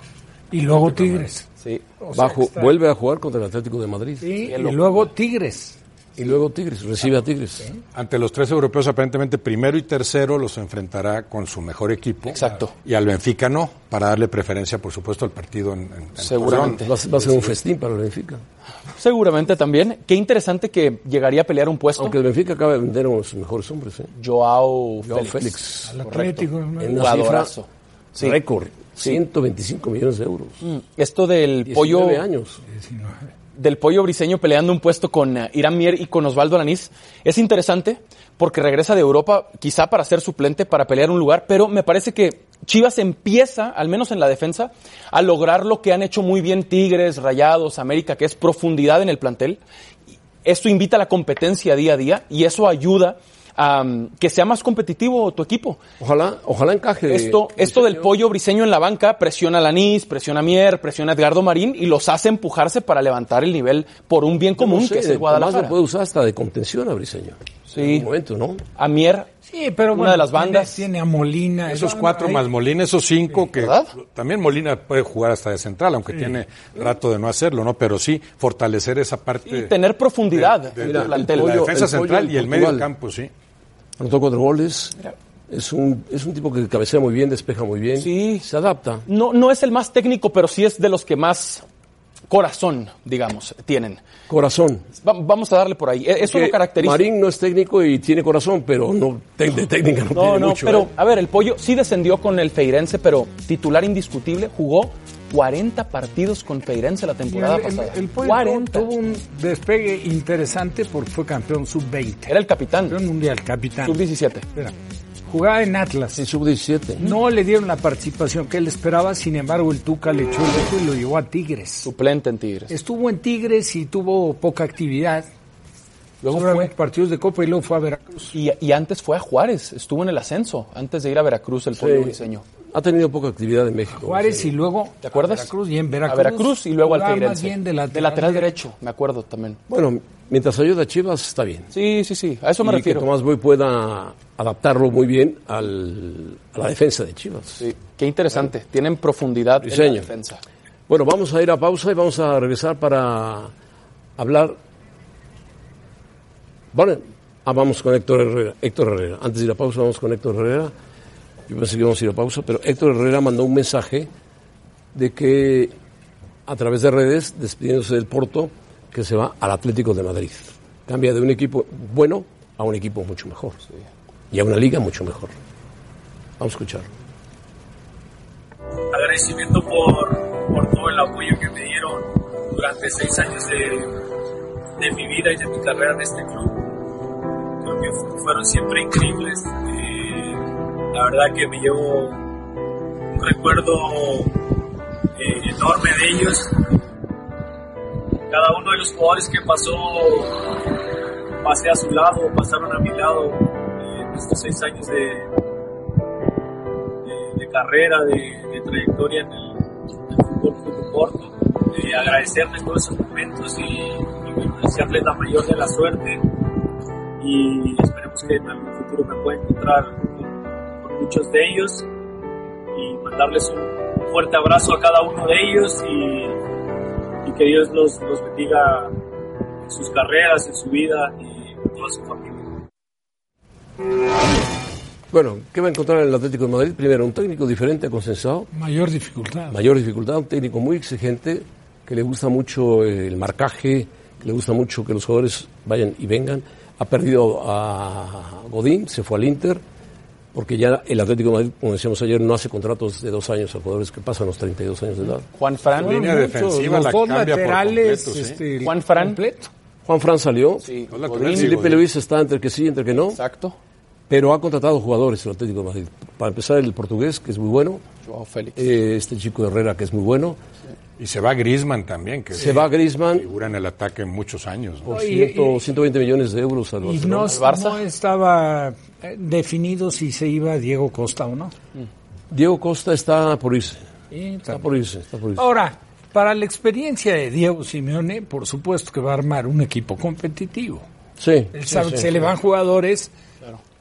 G: Y luego Tigres.
F: Sí.
G: O sea,
B: Bajo-
G: está-
B: vuelve a jugar contra el Atlético de Madrid.
G: Sí, y luego Tigres.
B: Y luego Tigres, recibe a Tigres.
D: Ante los tres europeos, aparentemente primero y tercero los enfrentará con su mejor equipo.
F: Exacto.
D: Y al Benfica no, para darle preferencia, por supuesto, al partido en, en- en
F: Seguramente.
D: Torreón.
B: Va, a ser- va a ser un festín para el Benfica.
F: Seguramente también. Qué interesante que llegaría a pelear un puesto.
B: Aunque el Benfica acaba de vender a uno de sus mejores hombres. ¿eh?
F: Joao,
B: Joao
F: Félix.
B: Félix.
F: Correcto.
B: En una cifra
F: Jugadorazo. Sí.
B: récord. 125 millones de euros.
F: Mm, Esto del
B: 19
F: pollo.
B: años.
F: Del pollo briseño peleando un puesto con eh, Irán Mier y con Osvaldo Alanís es interesante porque regresa de Europa quizá para ser suplente, para pelear un lugar, pero me parece que Chivas empieza, al menos en la defensa, a lograr lo que han hecho muy bien Tigres, Rayados, América, que es profundidad en el plantel. Esto invita a la competencia día a día y eso ayuda a mm, que sea más competitivo tu equipo.
B: Ojalá, ojalá encaje.
F: Esto, esto del pollo briseño en la banca presiona a Lanís, presiona a Mier, presiona a Edgardo Marín y los hace empujarse para levantar el nivel por un bien común
B: No sé,
F: que es el
B: Tomás
F: Guadalajara.
B: lo puede usar hasta de contención a Briseño.
F: Sí.
B: En un momento, ¿no?
F: A Mier,
G: Sí, pero
F: Una
G: bueno,
F: de las bandas.
G: Tiene, tiene a Molina.
D: Esos
G: Ahí-
D: cuatro
G: ahí-
D: más Molina, esos cinco que
F: ¿Verdad?
D: también Molina puede jugar hasta de central, aunque tiene rato de no hacerlo, ¿no? Pero sí fortalecer esa parte.
F: y tener profundidad
D: de-
F: en
D: de-
F: el plantel.
D: la
B: pollo-
D: defensa
B: el pollo
D: central
B: en
D: y el medio
B: Portugal.
D: campo, sí.
B: Anotó cuatro goles. Es un, es un tipo que cabecea muy bien, despeja muy bien.
F: Sí.
B: Se adapta.
F: No, no es el más técnico, pero sí es de los que más corazón, digamos, tienen.
B: Corazón.
F: Va- vamos a darle por ahí. E- Eso
B: Que
F: lo caracteriza.
B: Marín no es técnico y tiene corazón, pero no te- de técnica no,
F: No,
B: tiene
F: no,
B: mucho.
F: pero
B: ¿eh?
F: a ver, el pollo sí descendió con el Feirense, pero titular indiscutible, jugó 40 partidos con Feirense la
G: y
F: temporada
G: El, el,
F: pasada.
G: el Pollo
F: 40.
G: tuvo un despegue interesante porque fue campeón sub-20.
F: Era el capitán,
G: Campeón mundial, capitán.
F: sub-17.
G: Espera, Jugaba en Atlas.
B: Sí, sub-17.
G: No le dieron la participación que él esperaba, sin embargo el Tuca le echó el ojo y lo llevó a Tigres.
F: Suplente en Tigres.
G: Estuvo en Tigres y tuvo poca actividad.
F: Luego
G: Seguramente
F: fue-
G: partidos de Copa y luego fue a Veracruz.
F: Y, y antes fue a Juárez, estuvo en el ascenso, antes de ir a Veracruz el pollo briseño.
B: Ha tenido poca actividad en México.
G: Juárez y luego
F: ¿Te acuerdas?
G: a Veracruz y en Veracruz.
F: A Veracruz y luego al
G: jugaba más
F: Feirense.
G: bien de lateral,
F: derecho, me acuerdo también.
B: Bueno, mientras ayuda a Chivas, está bien.
F: Sí, sí, sí, a eso me
B: y
F: refiero.
B: que Tomás Boy pueda adaptarlo muy bien al- a la defensa de Chivas.
F: Sí, qué interesante, tienen profundidad en la
B: Briseño.
F: defensa.
B: Bueno, vamos a ir a pausa y vamos a regresar para hablar. Vale, ah, vamos con Héctor Herrera. Héctor Herrera. Antes de ir a pausa, vamos con Héctor Herrera. Yo pensé que íbamos a ir a pausa, pero Héctor Herrera mandó un mensaje de que a través de redes, despidiéndose del Porto, que se va al Atlético de Madrid. Cambia de un equipo bueno a un equipo mucho mejor. Y a una liga mucho mejor. Vamos a escuchar.
L: agradecimiento por, por todo el apoyo que me dieron durante seis años de, de mi vida y de mi carrera en este club. Creo que fu- fueron siempre increíbles. Eh, la verdad que me llevo un recuerdo eh, enorme de ellos. Cada uno de los jugadores que pasó, pasé a su lado, pasaron a mi lado eh, en estos seis años de, de, de carrera, de, de trayectoria en el, en el fútbol club corto. Eh, agradecerles todos esos momentos y, y desearles la mayor de la suerte. Y esperemos que en algún futuro me pueda encontrar con, con muchos de ellos y mandarles un fuerte abrazo a cada uno de ellos y, y que Dios los, los bendiga en sus carreras, en su vida y en toda su familia.
B: Bueno, ¿qué va a encontrar el Atlético de Madrid? Primero, un técnico diferente, consensado,
G: Mayor dificultad.
B: mayor dificultad, un técnico muy exigente, que le gusta mucho eh, el marcaje, que le gusta mucho que los jugadores vayan y vengan. Ha perdido a Godín, se fue al Inter, porque ya el Atlético de Madrid, como decíamos ayer, no hace contratos de dos años a jugadores que pasan los 32 años de edad.
F: Juan Fran,
D: Línea defensiva
G: Los
D: la
G: dos
D: cambia por
G: laterales,
D: completo, sí.
G: este,
F: Juan Fran.
G: completo.
B: Juan Fran salió,
F: sí,
D: Hola,
F: Godín,
D: Torres.
B: Felipe Luis está entre que sí, entre que no,
F: exacto,
B: pero ha contratado jugadores el Atlético de Madrid. Para empezar, el portugués, que es muy bueno,
F: Joao Félix.
B: eh, este chico Herrera, que es muy bueno,
D: Y se va Griezmann también, que
B: se va Griezmann,
D: figura en el ataque en muchos años. ¿no?
B: por
G: y-
B: ciento- 120 millones de euros al
G: Y
B: Barcelona.
G: no,
F: ¿Al Barça?
G: no estaba eh, definido si se iba Diego Costa o no.
F: Mm.
B: Diego Costa está por irse.
G: Y
B: Está por irse, está por irse.
G: Ahora, para la experiencia de Diego Simeone, por supuesto que va a armar un equipo competitivo.
B: Sí.
G: Él sabe que se le van jugadores.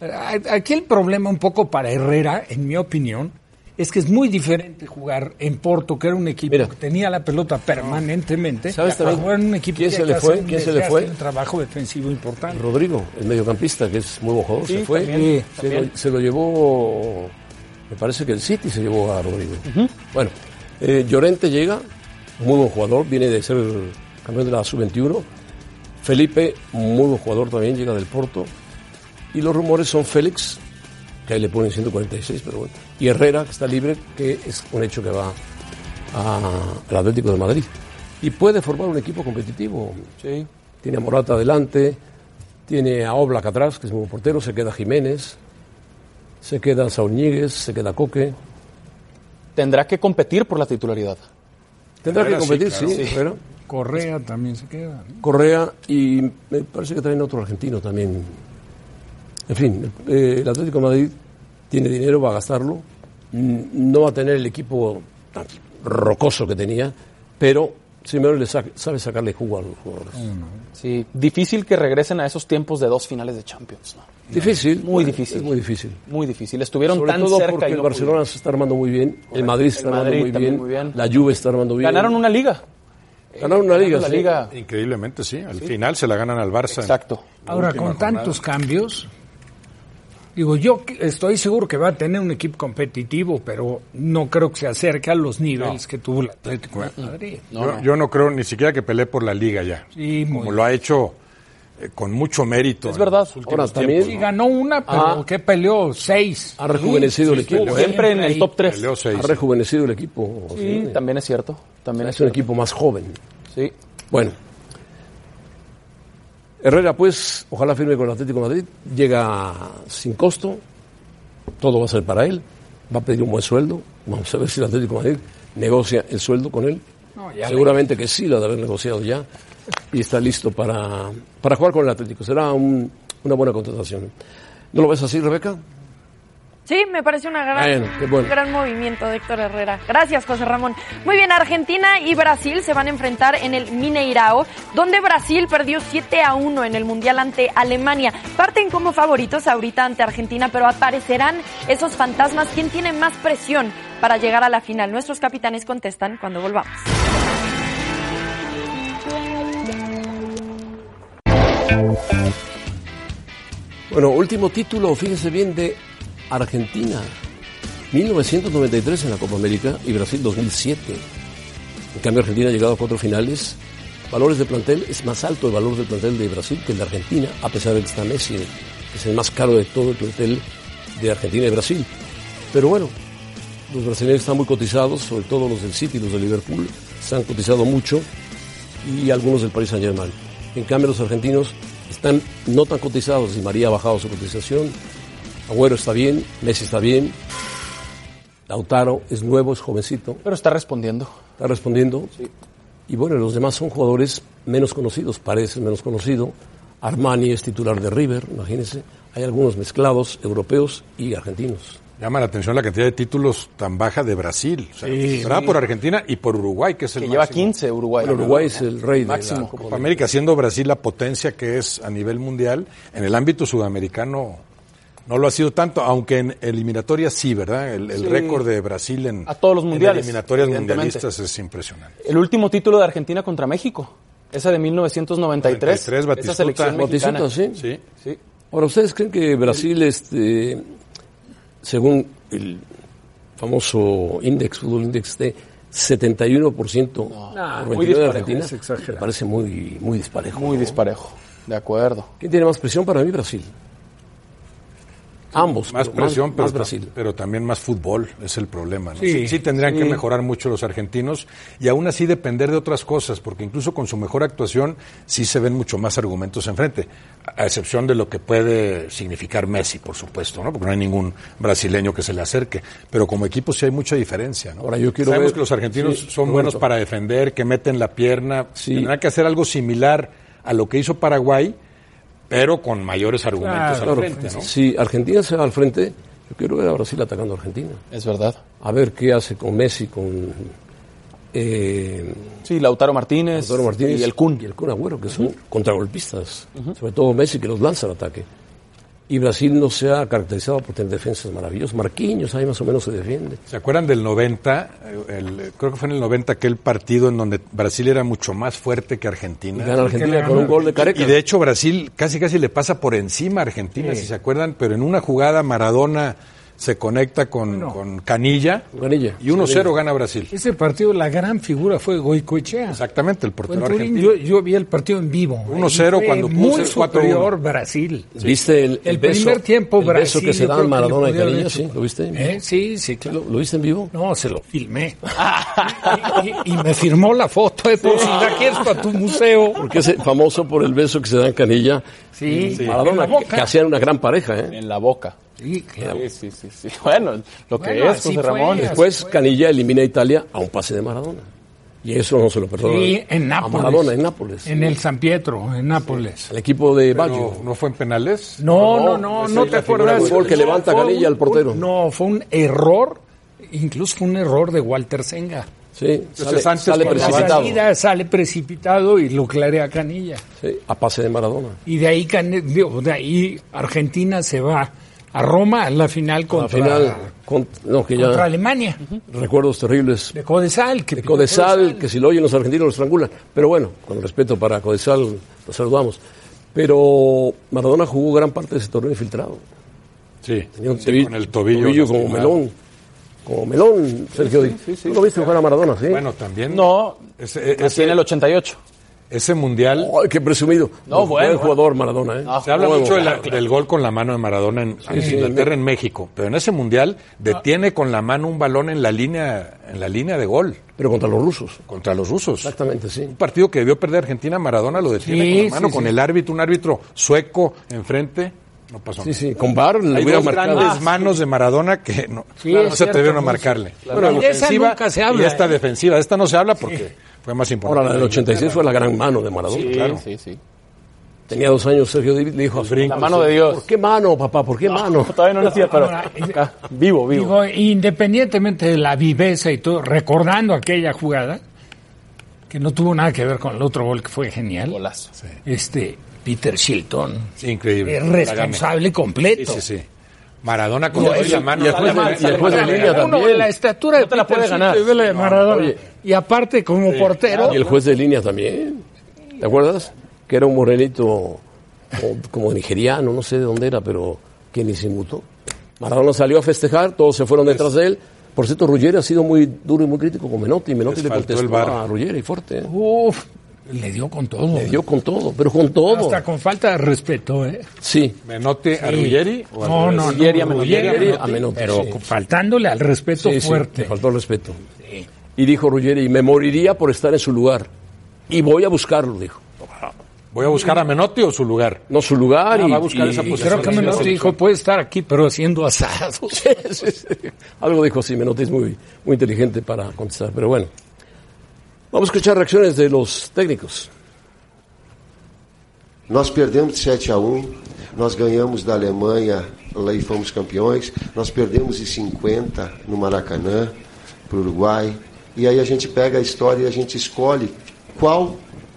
G: Eh, Aquí el problema un poco para Herrera, en mi opinión, es que es muy diferente jugar en Porto, que era un equipo que tenía la pelota permanentemente.
B: ¿Sabes
G: a
B: también
G: jugar en un equipo
B: quién
G: que
B: se
G: hay
B: le
G: que
B: fue?
G: hacer un
B: ¿Quién se le fue?
G: desgaste, Un trabajo defensivo importante.
B: Rodrigo, el mediocampista, que es muy buen jugador,
G: Sí,
B: se fue.
G: también,
B: se,
G: también.
B: Lo, se lo llevó, me parece que el City se llevó a Rodrigo. Bueno, eh, Llorente llega, muy buen jugador, viene de ser campeón de la sub-21. Felipe, muy buen jugador también, llega del Porto. Y los rumores son Félix, que ahí le ponen 146, pero bueno. Y Herrera, que está libre, que es un hecho que va a- al Atlético de Madrid. Y puede formar un equipo competitivo.
F: Sí.
B: Tiene a Morata adelante, tiene a Oblak atrás, que es un buen portero, se queda Jiménez, se queda Saúñiguez, se queda Coque.
F: Tendrá que competir por la titularidad.
B: Tendrá que competir, sí, pero
G: Correa también se queda.
B: Correa y me parece que traen otro argentino también. En fin, eh, el Atlético de Madrid tiene dinero, va a gastarlo. Mm, No va a tener el equipo tan rocoso que tenía, pero Simeone le sa- sabe sacarle jugo a los jugadores.
F: Sí, difícil que regresen a esos tiempos de dos finales de Champions. ¿no?
B: Difícil.
F: Muy difícil.
B: Es muy difícil.
F: Muy difícil. Estuvieron
B: Sobre
F: tan
B: todo
F: cerca
B: porque
F: y
B: el
F: no
B: Barcelona se está armando muy bien, el Madrid se está
F: El
B: armando
F: Madrid
B: muy
F: también
B: bien,
F: muy bien.
B: la Juve está armando bien.
F: Ganaron una liga.
B: Ganaron una liga,
F: la
B: sí.
F: liga.
D: Increíblemente, sí. Al final se la ganan al Barça. en
F: Exacto.
D: la
G: Ahora,
D: última
G: con
D: jornada.
G: tantos cambios, digo, yo que- estoy seguro que va a tener un equipo competitivo, pero no creo que se acerque a los niveles que tuvo el Atlético de Madrid.
D: yo, yo no creo ni siquiera que pelee por la liga ya.
G: Sí, muy
D: como lo ha hecho eh, con mucho mérito.
G: Es verdad.
B: Ahora, también-
G: Sí, ganó una, pero
B: Ah.
G: que peleó seis.
B: Ha rejuvenecido el equipo.
G: tres.
B: Ha rejuvenecido el equipo.
F: Sí, también es cierto. También
B: es
F: es
B: un
F: cierto.
B: equipo más joven.
F: Sí.
B: Bueno. Herrera, pues, ojalá firme con el Atlético de Madrid. Llega sin costo. Todo va a ser para él. Va a pedir un buen sueldo. Vamos a ver si el Atlético de Madrid negocia el sueldo con él.
G: No, ya
B: Seguramente que sí lo ha de haber negociado ya. Y está listo para, para jugar con el Atlético. Será un- una buena contratación. ¿No lo ves así, Rebeca?
I: Sí, me parece una gran,
B: Bueno, qué bueno.
I: un gran movimiento de Héctor Herrera. Gracias, José Ramón. Muy bien, Argentina y Brasil se van a enfrentar en el Mineirao, donde Brasil perdió 7 a 1 en el Mundial ante Alemania. Parten como favoritos ahorita ante Argentina, pero aparecerán esos fantasmas. ¿Quién tiene más presión para llegar a la final? Nuestros capitanes contestan cuando volvamos.
B: Bueno, último título, fíjese bien, de Argentina. 1993 en la Copa América y Brasil 2007. En cambio, Argentina ha llegado a cuatro finales. Valores de plantel, es más alto el valor del plantel de Brasil que el de Argentina, a pesar de que está Messi, que es el más caro de todo el plantel de Argentina y Brasil. Pero bueno, los brasileños están muy cotizados, sobre todo los del City y los de Liverpool, se han cotizado mucho y algunos del Paris Saint Germain. En cambio, los argentinos están no tan cotizados. Di María ha bajado su cotización, Agüero está bien, Messi está bien, Lautaro es nuevo, es jovencito.
F: Pero está respondiendo.
B: Está respondiendo. Y bueno, los demás son jugadores menos conocidos, parece menos conocido. Armani es titular de River, imagínense. Hay algunos mezclados, europeos y argentinos.
D: Llama la atención la cantidad de títulos tan baja de Brasil. O sea,
B: Sí.
D: será por Argentina y por Uruguay, que es el
F: Que lleva
D: máximo.
F: 15 Uruguay.
D: Bueno,
B: Uruguay es el rey de la
D: máximo.
B: Copa
D: Copa
B: América.
D: América, siendo Brasil la potencia que es a nivel mundial, en el ámbito sudamericano no lo ha sido tanto, aunque en eliminatorias sí, ¿verdad? El, el
F: Sí.
D: récord de Brasil en,
F: A todos los
D: en
F: mundiales,
D: eliminatorias
F: evidentemente.
D: mundialistas es impresionante.
F: El último título de Argentina contra México. Esa de 1993.
D: Batistuta.
F: Esa selección mexicana.
B: Batistuta, sí.
D: Sí.
B: Ahora, ¿ustedes creen que Brasil, este, según el famoso Index, Fútbol Index, de 71%
F: No,
B: por
F: muy
B: 29 de
F: disparejo,
B: Argentina?
F: es exagerado.
B: Me parece muy, muy disparejo.
F: Muy
B: ¿no?
F: disparejo. De acuerdo.
B: ¿Quién tiene más presión? Para mí, Brasil. Ambos.
D: Más
B: pero
D: presión, pero,
B: más
D: ta-
B: Brasil.
D: pero también más fútbol es el problema. ¿no? Sí,
B: Sí.
D: sí tendrían que
B: Sí.
D: mejorar mucho los argentinos y aún así depender de otras cosas, porque incluso con su mejor actuación sí se ven mucho más argumentos enfrente, a a excepción de lo que puede significar Messi, por supuesto, ¿no? porque no hay ningún brasileño que se le acerque, pero como equipo sí hay mucha diferencia. ¿no?
B: Ahora, yo quiero
D: Sabemos
B: ver-
D: que los argentinos
B: Sí,
D: son
B: Roberto.
D: buenos para defender, que meten la pierna, tendrán que hacer algo similar a lo que hizo Paraguay, pero con mayores argumentos al
B: Claro,
D: frente. ¿no?
B: Si Argentina se va al frente, yo quiero ver a Brasil atacando a Argentina.
F: Es verdad.
B: A ver qué hace con Messi, con. eh,
F: Sí, Lautaro Martínez.
B: Lautaro Martínez
F: Y el Kun.
B: Y el Kun Agüero, que son contragolpistas. Sobre todo Messi, que los lanza al ataque. Y Brasil no se ha caracterizado por tener defensas maravillosas. Marquinhos ahí más o menos se defiende.
D: ¿Se acuerdan del 90? El- creo que fue en el 90 aquel partido en donde Brasil era mucho más fuerte que Argentina.
B: Y gana Argentina Que le con gana. un gol de Careca.
D: Y de hecho Brasil casi casi le pasa por encima a Argentina,
B: Sí.
D: si se acuerdan, pero en una jugada Maradona se conecta con, con Canilla, y 1-0 gana Brasil.
G: Ese partido, la gran figura fue Goicoechea.
D: Exactamente, el portero
G: Fue en Turín.
D: argentino.
G: Yo, yo vi el partido en vivo.
D: 1-0
G: Y fue
D: cuando puso
G: muy
D: el 4-1.
G: superior Brasil.
B: Sí. ¿Viste el, el beso-
G: primer tiempo
B: el
G: Brasil?
B: beso que se
G: yo
B: dan
G: creo le
B: Maradona y
G: pudo haber
B: Canilla,
G: hecho.
B: sí, ¿lo viste en
G: ¿Eh?
B: vivo?
G: Sí, sí, claro.
B: ¿Lo, viste en vivo?
G: No, se lo filmé. y, y- y me firmó la foto, eh, por si la quieres para tu museo.
B: Porque es famoso por el beso que se dan Canilla
G: Sí,
B: y
G: sí. en
B: Maradona,
G: la
B: que,
G: boca.
B: que hacían una gran pareja. ¿eh?
F: En la boca.
G: Sí, claro.
F: Sí, sí, sí, sí. Bueno, lo que
B: Bueno,
F: es, José
B: así fue,
F: Ramón.
B: así Después Canilla elimina a Italia a un pase de Maradona. Y eso no se lo perdona.
G: Sí, en
B: A
G: Nápoles.
B: Maradona, en Nápoles.
G: En el San Pietro, en Nápoles.
B: El equipo de
G: Pero,
B: Baggio.
D: ¿No fue en penales?
G: No, no, no, no, te acuerdas.
B: El gol que
G: No,
B: levanta
G: fue
B: Canilla
G: un-
B: al portero.
G: un- no, fue un error, incluso fue un error de Walter Senga.
B: Sí, sale-
G: antes
B: sale precipitado.
G: sale precipitado y lo clarea Canilla.
B: Sí, a pase de Maradona.
G: Y de ahí, Cane- digo, de ahí Argentina se va a Roma a la final
B: Al
G: contra,
B: final, con- no, que ya-
G: contra Alemania.
B: recuerdos terribles.
G: De Codesal. Que
B: de Codesal, que si lo oyen los argentinos lo estrangulan. Pero bueno, con respeto para Codesal, lo saludamos. Pero Maradona jugó gran parte de ese torneo infiltrado.
D: Sí,
B: Tenía un
D: sí,
B: tobillo,
D: con el tobillo.
B: como
D: lastimado.
B: melón. Como melón, Sergio. Díaz. ¿Tú lo viste jugar a Maradona, sí?
D: Bueno, también.
F: No,
D: ese,
F: nací en el 88.
D: Ese mundial.
B: ¡Ay, qué presumido!
F: No, bueno.
B: Buen jugador Maradona, ¿eh?
D: Ah, Se habla
B: Bueno,
D: mucho de la-
B: claro.
D: del gol con la mano de Maradona en, en
B: sí.
D: Inglaterra, en México, pero en ese mundial detiene con la mano un balón en la línea, en la línea de gol.
B: Pero contra los rusos.
D: Contra los rusos.
B: Exactamente, sí.
D: Un partido que debió perder Argentina, Maradona lo detiene
B: Sí,
D: con la mano,
B: sí,
D: con
B: sí.
D: el árbitro, un árbitro sueco enfrente. No pasó
B: Sí,
D: nada.
B: sí, con VAR le
D: Hay
B: hubiera
D: dos
B: marcado.
D: grandes
B: Ah, sí.
D: manos de Maradona que no,
B: Sí,
D: no
B: es
D: se
B: cierto,
D: atrevieron a
B: sí,
D: marcarle.
B: sí, claro.
D: la
B: Y de esa nunca se habla,
D: y esta
B: ¿eh?
D: defensiva. Esta no se habla porque fue más importante.
B: Ahora, la del 86 fue la gran mano de Maradona.
D: Sí, claro.
F: Sí, sí.
B: Tenía dos años Sergio David, le dijo a su
F: La mano de Dios.
B: ¿Por qué mano, papá? ¿Por qué mano?
F: Todavía no nacía, pero acá, vivo, vivo.
G: Digo, independientemente de la viveza y todo, recordando aquella jugada, que no tuvo nada que ver con el otro gol que fue genial. Este, Peter Shilton.
D: Sí, increíble.
G: Es responsable completo.
D: Sí, sí, sí. Maradona con
G: No,
D: la
G: eso-
D: mano.
G: y el juez
D: Sale
G: de-
D: mal,
G: y el
D: sale
G: juez de
D: mal.
G: línea
D: Uno,
G: también.
D: la
G: estatura de
F: No te la
G: Peter
F: puede ganar.
G: Shilton y de la de
F: No,
G: Maradona.
B: oye.
G: Y aparte, como portero.
B: Y el juez de línea también. ¿Te acuerdas? Que era un morenito o- como nigeriano, no sé de dónde era, pero que ni se mutó. Maradona salió a festejar, todos se fueron detrás de él. Por cierto, Ruggeri ha sido muy duro y muy crítico con Menotti. Menotti
D: Les
B: le
D: faltó el
B: contestó
D: VAR.
B: a Ruggeri fuerte. ¿eh?
G: Uf, le dio con todo.
B: Le dio con todo, pero con todo.
G: Hasta con falta de respeto, ¿eh?
B: Sí.
D: ¿Menotti a Ruggeri? o al
G: No,
D: revés?
G: no, no.
F: Ruggeri a Menotti.
G: Ruggeri,
B: A Menotti,
G: Pero
B: sí.
G: faltándole al respeto
B: Sí, sí,
G: fuerte.
B: le faltó el respeto. Y dijo Ruggeri, me moriría por estar en su lugar. Y voy a buscarlo, dijo.
D: Voy a buscar a Menotti o su lugar.
B: No su lugar
D: Ah,
B: y,
D: va a buscar
B: y-
D: esa
B: y-
D: posición.
G: Creo que
D: Sí,
G: Menotti
D: sí.
G: dijo, puede estar aquí, pero haciendo asado.
B: Sí, sí, sí. Algo dijo así, me noté es muy, muy inteligente para contestar, pero bueno. Vamos a escuchar reacciones de los técnicos.
M: Nós perdemos de 7 a 1, nós ganhamos da Alemanha lá e fomos campeões, nós perdemos de 50 no Maracanã, para o Uruguai. E aí a gente pega a história e a gente escolhe qual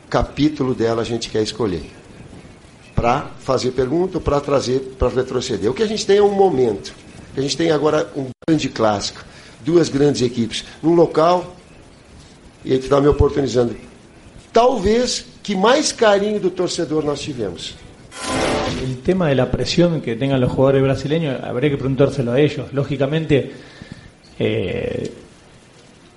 M: capítulo dela a gente quer escolher. Para fazer pergunta ou para trazer, para retroceder. O que a gente tem é um momento. A gente tem agora um grande clássico, duas grandes equipes, num local, e ele está me oportunizando talvez que mais carinho do torcedor nós tivemos.
N: El tema de la presión que tengan los jugadores brasileños, habría que preguntárselo a ellos. Lógicamente, eh,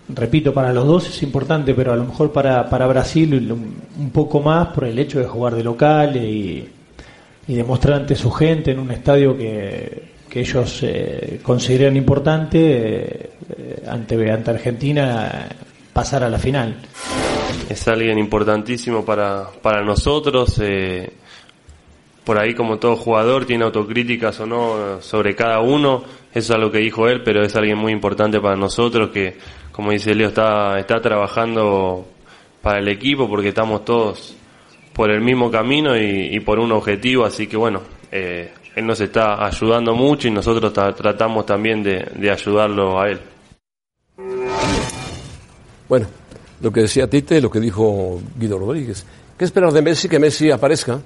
N: repito, para los dos es importante, pero a lo mejor para, para Brasil un, un poco más por el hecho de jugar de local y, y demostrar ante su gente en un estadio que, que ellos eh, consideran importante eh, eh, ante, ante Argentina pasar a la final.
O: es alguien importantísimo para, para nosotros. eh, por ahí, como todo jugador, tiene autocríticas o no eh, sobre cada uno. Eso es algo que dijo él, pero es alguien muy importante para nosotros que, como dice Leo, está, está trabajando para el equipo porque estamos todos por el mismo camino y, y por un objetivo. Así que bueno, eh, él nos está ayudando mucho y nosotros ta- tratamos también de- de ayudarlo a él.
B: Bueno, lo que decía Tite, lo que dijo Guido Rodríguez. ¿Qué esperar de Messi? Que Messi aparezca.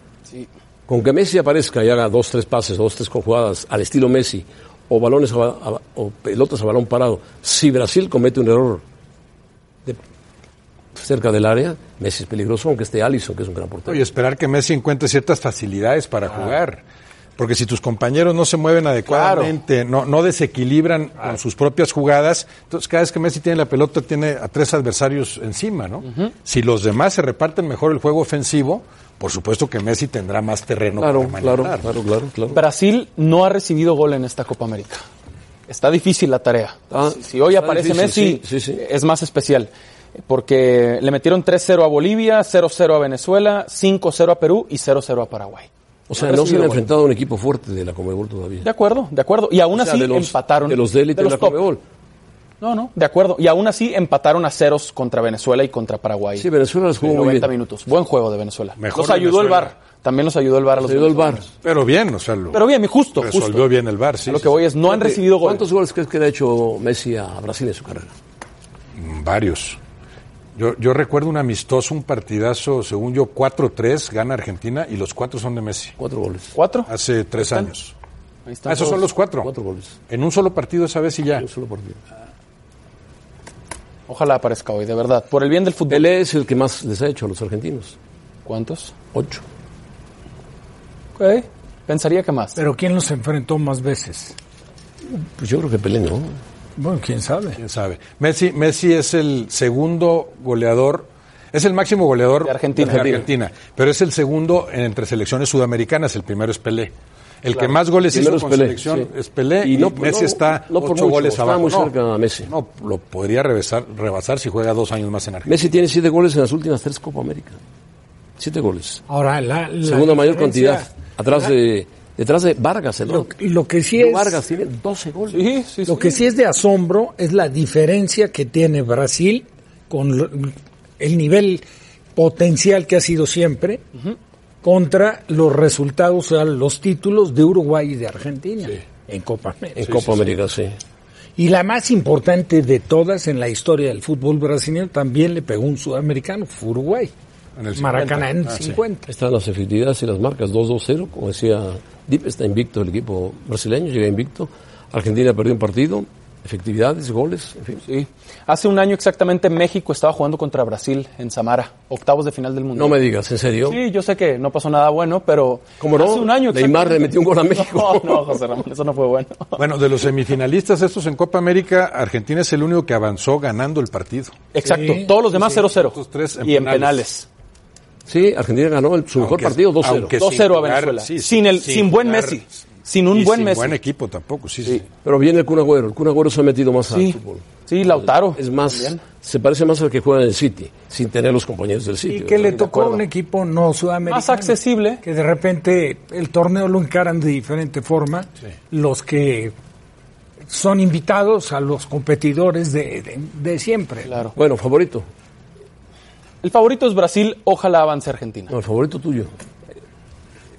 B: Con que Messi aparezca y haga dos, tres pases, dos, tres jugadas al estilo Messi, o balones a ba- a- o pelotas a balón parado, si Brasil comete un error de- cerca del área, Messi es peligroso, aunque esté Allison, que es un gran portero.
D: Y esperar que Messi encuentre ciertas facilidades para jugar. Porque si tus compañeros no se mueven adecuadamente, no, no desequilibran con sus propias jugadas, entonces cada vez que Messi tiene la pelota tiene a tres adversarios encima, ¿no? Si los demás se reparten mejor el juego ofensivo, por supuesto que Messi tendrá más terreno
F: Claro,
D: para maniobrar.
F: claro, Brasil no ha recibido gol en esta Copa América. Está difícil la tarea. si, si hoy
B: Ah, está
F: aparece
B: difícil,
F: Messi, es más especial. Porque le metieron 3-0 a Bolivia, 0-0 a Venezuela, 5-0 a Perú y 0-0 a Paraguay.
B: O sea,
F: Han
B: no se
F: recibido
B: han
F: gol.
B: enfrentado a un equipo fuerte de la Comebol todavía.
F: De acuerdo, de acuerdo. Y aún
B: O sea,
F: así
B: de los-
F: empataron.
B: de los de élite de la
F: top. No, no, de acuerdo. Y aún así empataron a ceros contra Venezuela y contra Paraguay.
B: Sí, Venezuela les jugó
F: En
B: muy
F: 90 minutos. Buen juego de Venezuela.
D: Mejor
F: nos ayudó el
D: Venezuela.
F: VAR. También nos ayudó el VAR a los
D: ayudó el
F: venezolanos.
D: Pero bien, o sea, lo
F: Pero bien, justo, justo.
D: resolvió bien el bar, sí.
F: A lo que voy es, no han recibido gol.
B: ¿Cuántos goles crees que le ha hecho Messi a Brasil en su carrera?
D: Varios. Yo, yo recuerdo un amistoso, un partidazo, según yo, 4-3, gana Argentina y los cuatro son de Messi.
B: Cuatro goles.
F: ¿Cuatro?
D: Hace tres
B: están.
D: años. Ah, esos son los cuatro.
B: Cuatro goles.
D: En un solo partido esa vez y ya. En un
B: solo partido.
F: Ojalá aparezca hoy, de verdad. Por el bien del fútbol.
B: Pelé es el que más les ha hecho a los argentinos.
F: ¿Cuántos?
B: Ocho.
G: ¿Eh?
F: Ok. Pensaría que más.
G: Pero ¿quién los enfrentó más veces?
B: Pues yo creo que Pelé no.
G: Bueno, quién sabe.
D: ¿Quién sabe? Messi, Messi es el segundo goleador, es el máximo goleador de
F: Argentina.
D: Argentina, pero es el segundo entre selecciones sudamericanas, el primero es Pelé. El
B: Claro.
D: que más goles hizo
B: Primero es
D: con
B: Pelé,
D: selección
B: sí.
D: es Pelé
B: Y
D: y,
B: no-
D: Messi
B: no-
D: está
B: no por
D: ocho
B: mucho,
D: goles
B: está
D: abajo.
B: muy
D: No,
B: cerca a Messi.
D: No, lo podría rebasar, rebasar si juega dos años más en Argentina.
B: Messi tiene siete goles en las últimas tres Copa América. Siete goles.
G: Ahora, la, la
B: Segunda mayor
G: diferencia-
B: cantidad. Atrás de, detrás de Vargas, el
G: Lo,
B: otro.
G: lo que sí
B: Yo
G: es.
B: Vargas tiene 12 goles.
G: lo que sí es de asombro es la diferencia que tiene Brasil con lo- el nivel potencial que ha sido siempre contra los resultados, o sea, los títulos de Uruguay y de Argentina en Copa América.
B: En Copa América, sí.
G: Y la más importante de todas en la historia del fútbol brasileño también le pegó un sudamericano, fue Uruguay.
D: En el
G: Maracaná en
B: 50. Ah, sí.
G: 50.
B: Están las efectividades y las marcas 2-2-0, como decía Dip, está invicto el equipo brasileño, llega invicto. Argentina perdió un partido, efectividades, goles, en fin.
F: Sí. Hace un año exactamente México estaba jugando contra Brasil en Samara, octavos de final del mundo.
B: No me digas, ¿en serio?
F: Sí, yo sé que no pasó nada bueno, pero
B: ¿Cómo no?
F: hace un año
B: Neymar
F: exactamente.
B: le metió un gol a México.
F: No, no, José Ramón, eso no fue bueno.
D: Bueno, de los semifinalistas estos en Copa América, Argentina es el único que avanzó ganando el partido.
F: Exacto, todos los demás 0-0
D: tres en
F: y en penales.
D: penales.
B: Sí, Argentina ganó el- su mejor
D: Aunque-
B: partido 2-0.
D: aunque
F: 2-0 a
D: jugar,
F: Venezuela.
D: sí,
F: sin el, sin, buen
D: jugar,
F: Messi. Sin un
D: y
F: buen
D: sin
F: Messi.
D: buen equipo tampoco, sí, sí.
B: Pero viene el Kun Agüero, el Kun Agüero se ha metido más al
F: Sí,
B: fútbol.
F: sí, Lautaro.
B: Es más, se parece más al que juega en el City, sin tener los compañeros del City.
G: Y que le
B: De
G: tocó a
B: acuerdo.
G: un equipo no sudamericano.
F: Más accesible.
G: Que de repente el torneo lo encaran de diferente forma los que son invitados a los competidores de, de- de siempre.
F: Claro.
B: Bueno, favorito.
F: El favorito es Brasil, ojalá avance Argentina.
B: No, el favorito tuyo.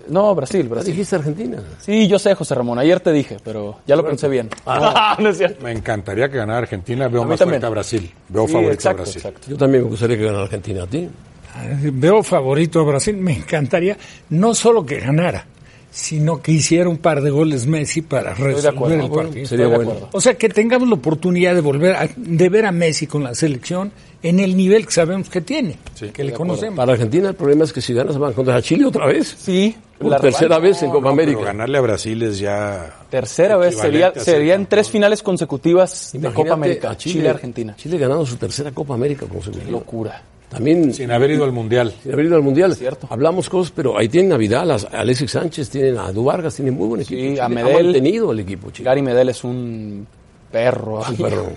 F: No, Brasil, Brasil.
B: dijiste Argentina.
F: Sí, yo sé, José Ramón, ayer te dije, pero ya lo pensé bien. Ah,
D: Me encantaría que ganara Argentina, veo
F: A mí
D: más
F: también.
D: fuerte a Brasil. Veo
F: Sí,
D: favorito
F: exacto,
D: a Brasil.
F: exacto.
B: Yo también me gustaría que ganara Argentina a ti.
G: Ah, Veo favorito a Brasil, me encantaría no solo que ganara, sino que hiciera un par de goles Messi para
F: Estoy de acuerdo.
G: resolver el
F: Ah, bueno,
G: partido.
B: sería
F: Estoy de
B: bueno.
F: acuerdo.
G: O sea, que tengamos la oportunidad de volver a, de ver a Messi con la selección en el nivel que sabemos que tiene, que le conocemos.
B: Para Argentina el problema es que si ganas van contra Chile otra vez.
F: Sí,
B: Por
F: la
B: tercera
F: revancha.
B: vez en Copa
D: Pero
B: América.
D: ganarle a Brasil es ya...
F: Tercera vez Pues, sería,
D: Equivalente a ser
F: serían tres finales consecutivas de
B: Imagínate
F: Copa América,
B: a
F: Chile, Argentina.
B: Chile ganando su tercera Copa América consecutiva.
F: Locura.
B: También
D: Sin haber ido al Mundial.
B: sin haber ido al Mundial. Hablamos cosas, pero ahí tienen a Vidal, a Alexis Sánchez, tienen a Duvargas, tienen muy buen equipo.
F: Sí,
B: Chile.
F: a
B: Ha
F: Medel.
B: mantenido el equipo, Chile.
F: Gary Medel es un perro.
B: Un perro.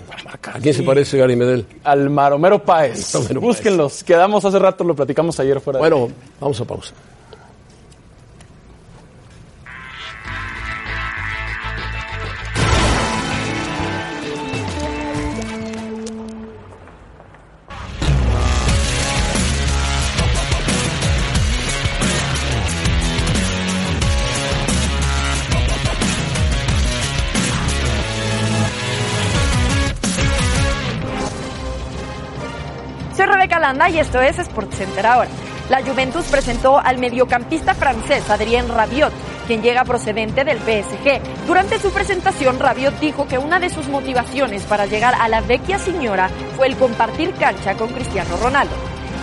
B: ¿A quién se parece Gary Medel?
F: Al Maromero Páez.
B: Maromero Páez.
F: Búsquenlos. Quedamos hace rato, lo platicamos ayer fuera. de-
B: Bueno, vamos a pausa.
I: Soy Rebeca Landa y esto es SportsCenter ahora. la Juventus presentó al mediocampista francés Adrien Rabiot, quien llega procedente del PSG. Durante su presentación, Rabiot dijo que una de sus motivaciones para llegar a la Vecchia Signora fue el compartir cancha con Cristiano Ronaldo.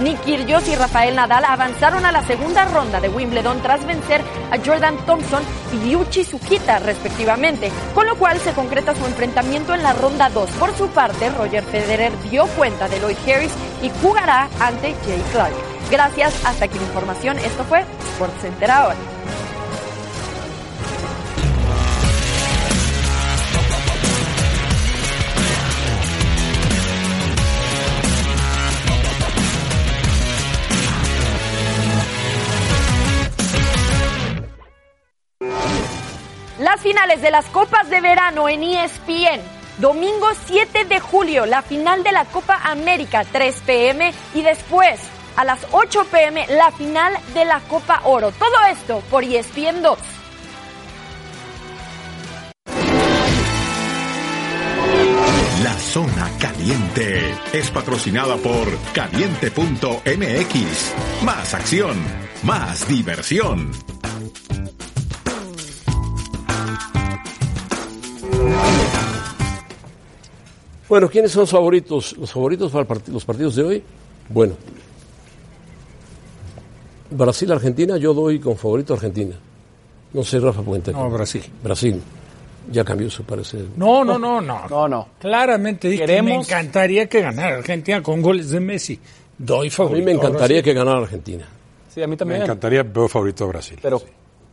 I: Nick Kyrgios y Rafael Nadal avanzaron a la segunda ronda de Wimbledon tras vencer a Jordan Thompson y Yuchi Tsukita respectivamente, con lo cual se concreta su enfrentamiento en la ronda 2. Por su parte, Roger Federer dio cuenta de Lloyd Harris y jugará ante Jay Clark. Gracias, hasta aquí la información. Esto fue SportsCenter ahora. Las finales de las Copas de Verano en E ESPN. Domingo 7 de julio, la final de la Copa América 3 pm y después a las 8 pm la final de la Copa Oro. Todo esto por E ESPN 2.
P: La zona caliente es patrocinada por caliente.mx. Más acción, más diversión.
B: Bueno, ¿quiénes son los favoritos? Los favoritos para el parti- los partidos de hoy. Bueno, Brasil-Argentina, yo doy con favorito a Argentina. No sé, Rafa Puente.
G: No, Brasil.
B: Brasil. Ya cambió su parecer.
G: No, no, no, no. No,
F: no.
G: Claramente dije que me
B: Queremos-
G: encantaría que ganara Argentina con goles de Messi. Doy favorito.
B: A mí me
G: Ahora
B: encantaría
G: sí.
B: que ganara Argentina.
F: Sí, a mí también.
D: Me encantaría, veo favorito a Brasil.
F: Pero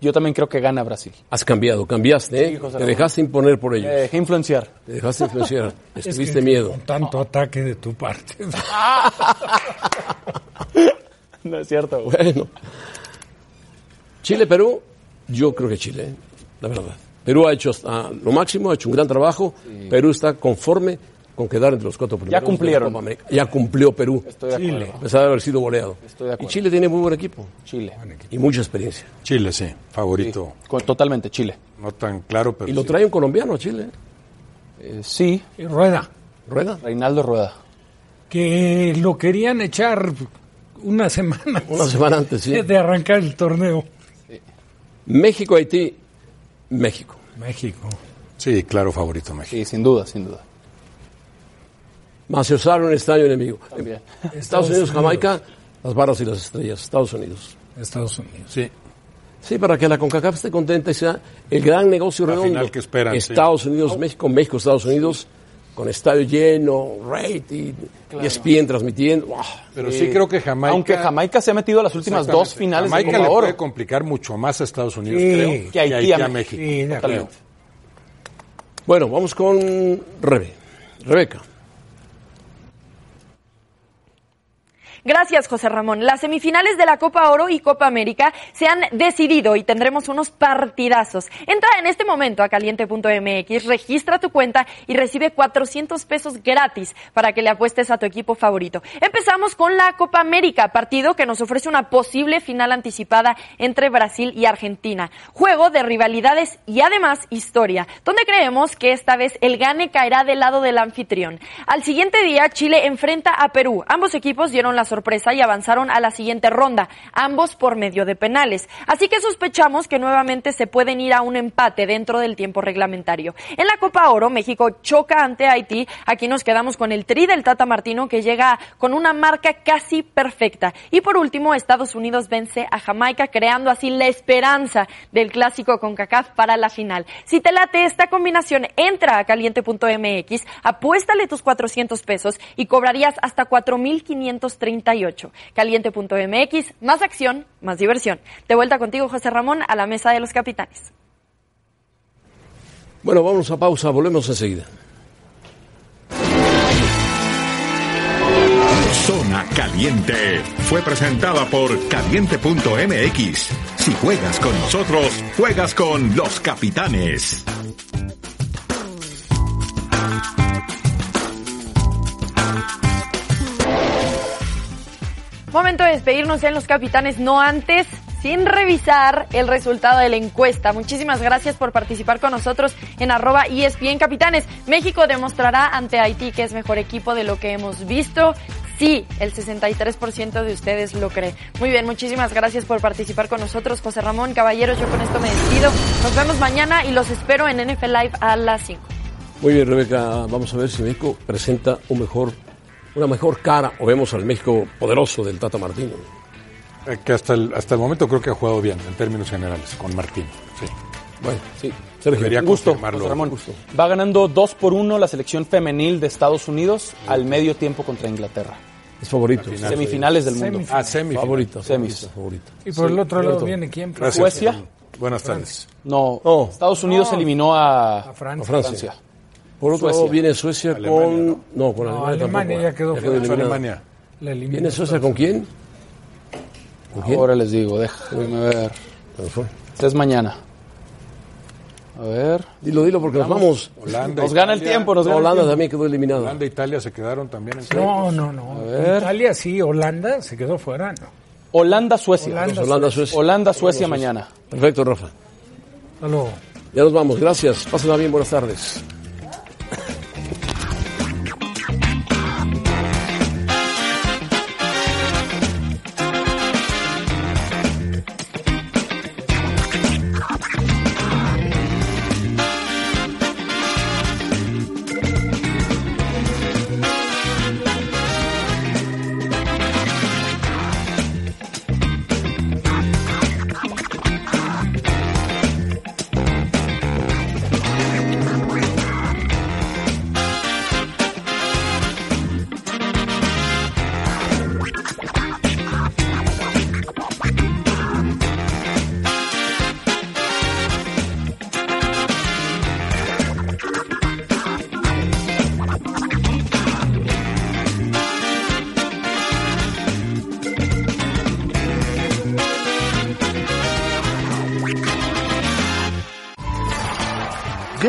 F: yo también creo que gana Brasil.
B: Has cambiado, cambiaste, ¿eh?
F: José
B: te
F: Ramón.
B: dejaste imponer por ellos.
F: Eh, influenciar.
B: Te dejaste influenciar.
G: Es
B: Estuviste
G: que
B: miedo.
G: Con tanto ataque de tu parte.
F: No es cierto.
B: Bueno. Chile-Perú, yo creo que Chile, ¿eh? la verdad. Perú ha hecho hasta lo máximo, ha hecho un gran trabajo. Perú está conforme con quedar entre los cuatro primeros. de la
F: cumplieron.
B: Copa América. Ya cumplió Perú.
F: Estoy de acuerdo. Chile.
B: A pesar de haber sido goleado.
F: Estoy de
B: Y
F: acuerdo.
B: Chile tiene muy buen equipo.
F: Chile.
B: Y mucha experiencia.
D: Chile, sí, favorito.
F: Totalmente, Chile.
D: No tan claro, pero.
B: Y lo
D: sí.
B: trae un colombiano a Chile.
F: Eh, sí.
G: Rueda.
B: Rueda.
F: Reinaldo Rueda.
G: Que lo querían echar una semana.
B: Una semana antes, sí.
G: De arrancar el torneo.
B: México-Haití, México.
G: México.
D: Sí, claro, favorito México.
F: Sí, sin duda, sin duda.
B: Más usaron estadio enemigo.
F: También.
B: Estados Unidos, Jamaica, las barras y las estrellas. Estados Unidos.
G: Estados Unidos.
D: Sí.
B: Sí, para que la CONCACAF esté contenta y sea el gran negocio
D: La
B: redondo.
D: final que esperan,
B: Estados Unidos, México, México, Estados Unidos, con estadio lleno, rating,
F: Claro.
B: y ESPN transmitiendo. ¡Wow!
D: Pero sí creo que Jamaica-
F: Aunque Jamaica se ha metido a las últimas dos
D: Exactamente.
F: finales
D: Jamaica
F: de Copa
D: le
F: Oro.
D: puede complicar mucho más a Estados Unidos,
F: Sí.
D: creo,
F: Que a Haití, a México.
D: México.
F: Sí, de acuerdo.
D: Creo.
B: Bueno, vamos con Rebe. Rebeca.
I: Gracias, José Ramón. Las semifinales de la Copa Oro y Copa América se han decidido y tendremos unos partidazos. Entra en este momento a caliente.mx, registra tu cuenta y recibe 400 pesos gratis para que le apuestes a tu equipo favorito. Empezamos con la Copa América, partido que nos ofrece una posible final anticipada entre Brasil y Argentina. Juego de rivalidades y además historia, donde creemos que esta vez el gane caerá del lado del anfitrión. Al siguiente día, Chile enfrenta a Perú. Ambos equipos dieron la sorpresa y avanzaron a la siguiente ronda, ambos por medio de penales. Así que sospechamos que nuevamente se pueden ir a un empate dentro del tiempo reglamentario. En la Copa Oro, México choca ante Haití. Aquí nos quedamos con el tri del Tata Martino que llega con una marca casi perfecta. Y por último, Estados Unidos vence a Jamaica, creando así la esperanza del clásico con CACAF para la final. Si te late esta combinación, entra a caliente.mx, apuéstale tus 400 pesos y cobrarías hasta 4,538. Caliente.mx, más acción, más diversión. De vuelta contigo, José Ramón, a la mesa de los capitanes.
B: Bueno, vamos a pausa, volvemos enseguida.
P: Zona Caliente fue presentada por caliente.mx. Si juegas con nosotros, juegas con los capitanes.
I: Momento de despedirnos en Los Capitanes, no antes, sin revisar el resultado de la encuesta. Muchísimas gracias por participar con nosotros en arroba E ESPN Capitanes. México demostrará ante Haití que es mejor equipo de lo que hemos visto. Sí, el 63% de ustedes lo cree. Muy bien, muchísimas gracias por participar con nosotros, José Ramón Caballeros. Yo con esto me despido. Nos vemos mañana y los espero en NF Live a las 5.
B: Muy bien, Rebeca, vamos a ver si México presenta un mejor, una mejor cara o vemos al México poderoso del Tata Martino.
D: Eh, Que hasta el, hasta el momento creo que ha jugado bien, en términos generales, con Martín. Sí.
B: Bueno, sí.
F: Sergio,
D: Debería
F: un gusto,
D: confirmarlo.
F: José Ramón. Va ganando 2 por 1 la selección femenil de Estados Unidos al medio tiempo contra Inglaterra.
B: Es favorito.
F: Semifinales del mundo.
D: Semifinales. Ah, semifinales.
F: Favorito.
D: Semis.
B: Favorito.
G: Y por el otro lado viene quién?
D: Gracias.
F: Suecia.
D: Buenas tardes.
F: No,
B: Oh.
F: Estados Unidos
G: No.
F: eliminó a,
G: A Francia.
F: a
B: Por otro lado
F: Suecia.
B: viene Suecia con... No, con
G: No,
B: Alemania,
G: Alemania
B: tampoco,
G: ya
B: ¿eh?
G: quedó fuera.
B: eliminada.
G: Alemania. La eliminó.
B: ¿Viene Suecia con quién? ¿Con quién?
F: Ahora les digo, déjenme ver. Este es mañana. A ver.
B: Dilo, dilo, porque nos vamos.
D: Holanda,
F: nos gana el
D: Italia.
F: tiempo, nos gana el
B: Holanda
F: tiempo.
B: también quedó eliminada.
D: Holanda e Italia se quedaron también en
G: No,
D: cuartos.
G: no, no.
D: A ver.
G: Italia sí, Holanda se quedó fuera. No.
F: Holanda-Suecia.
G: Holanda,
B: Holanda-Suecia.
F: Holanda-Suecia mañana.
B: Perfecto, Rafa.
G: Hasta luego.
B: Ya nos vamos. Gracias. Pásenla bien. Buenas tardes.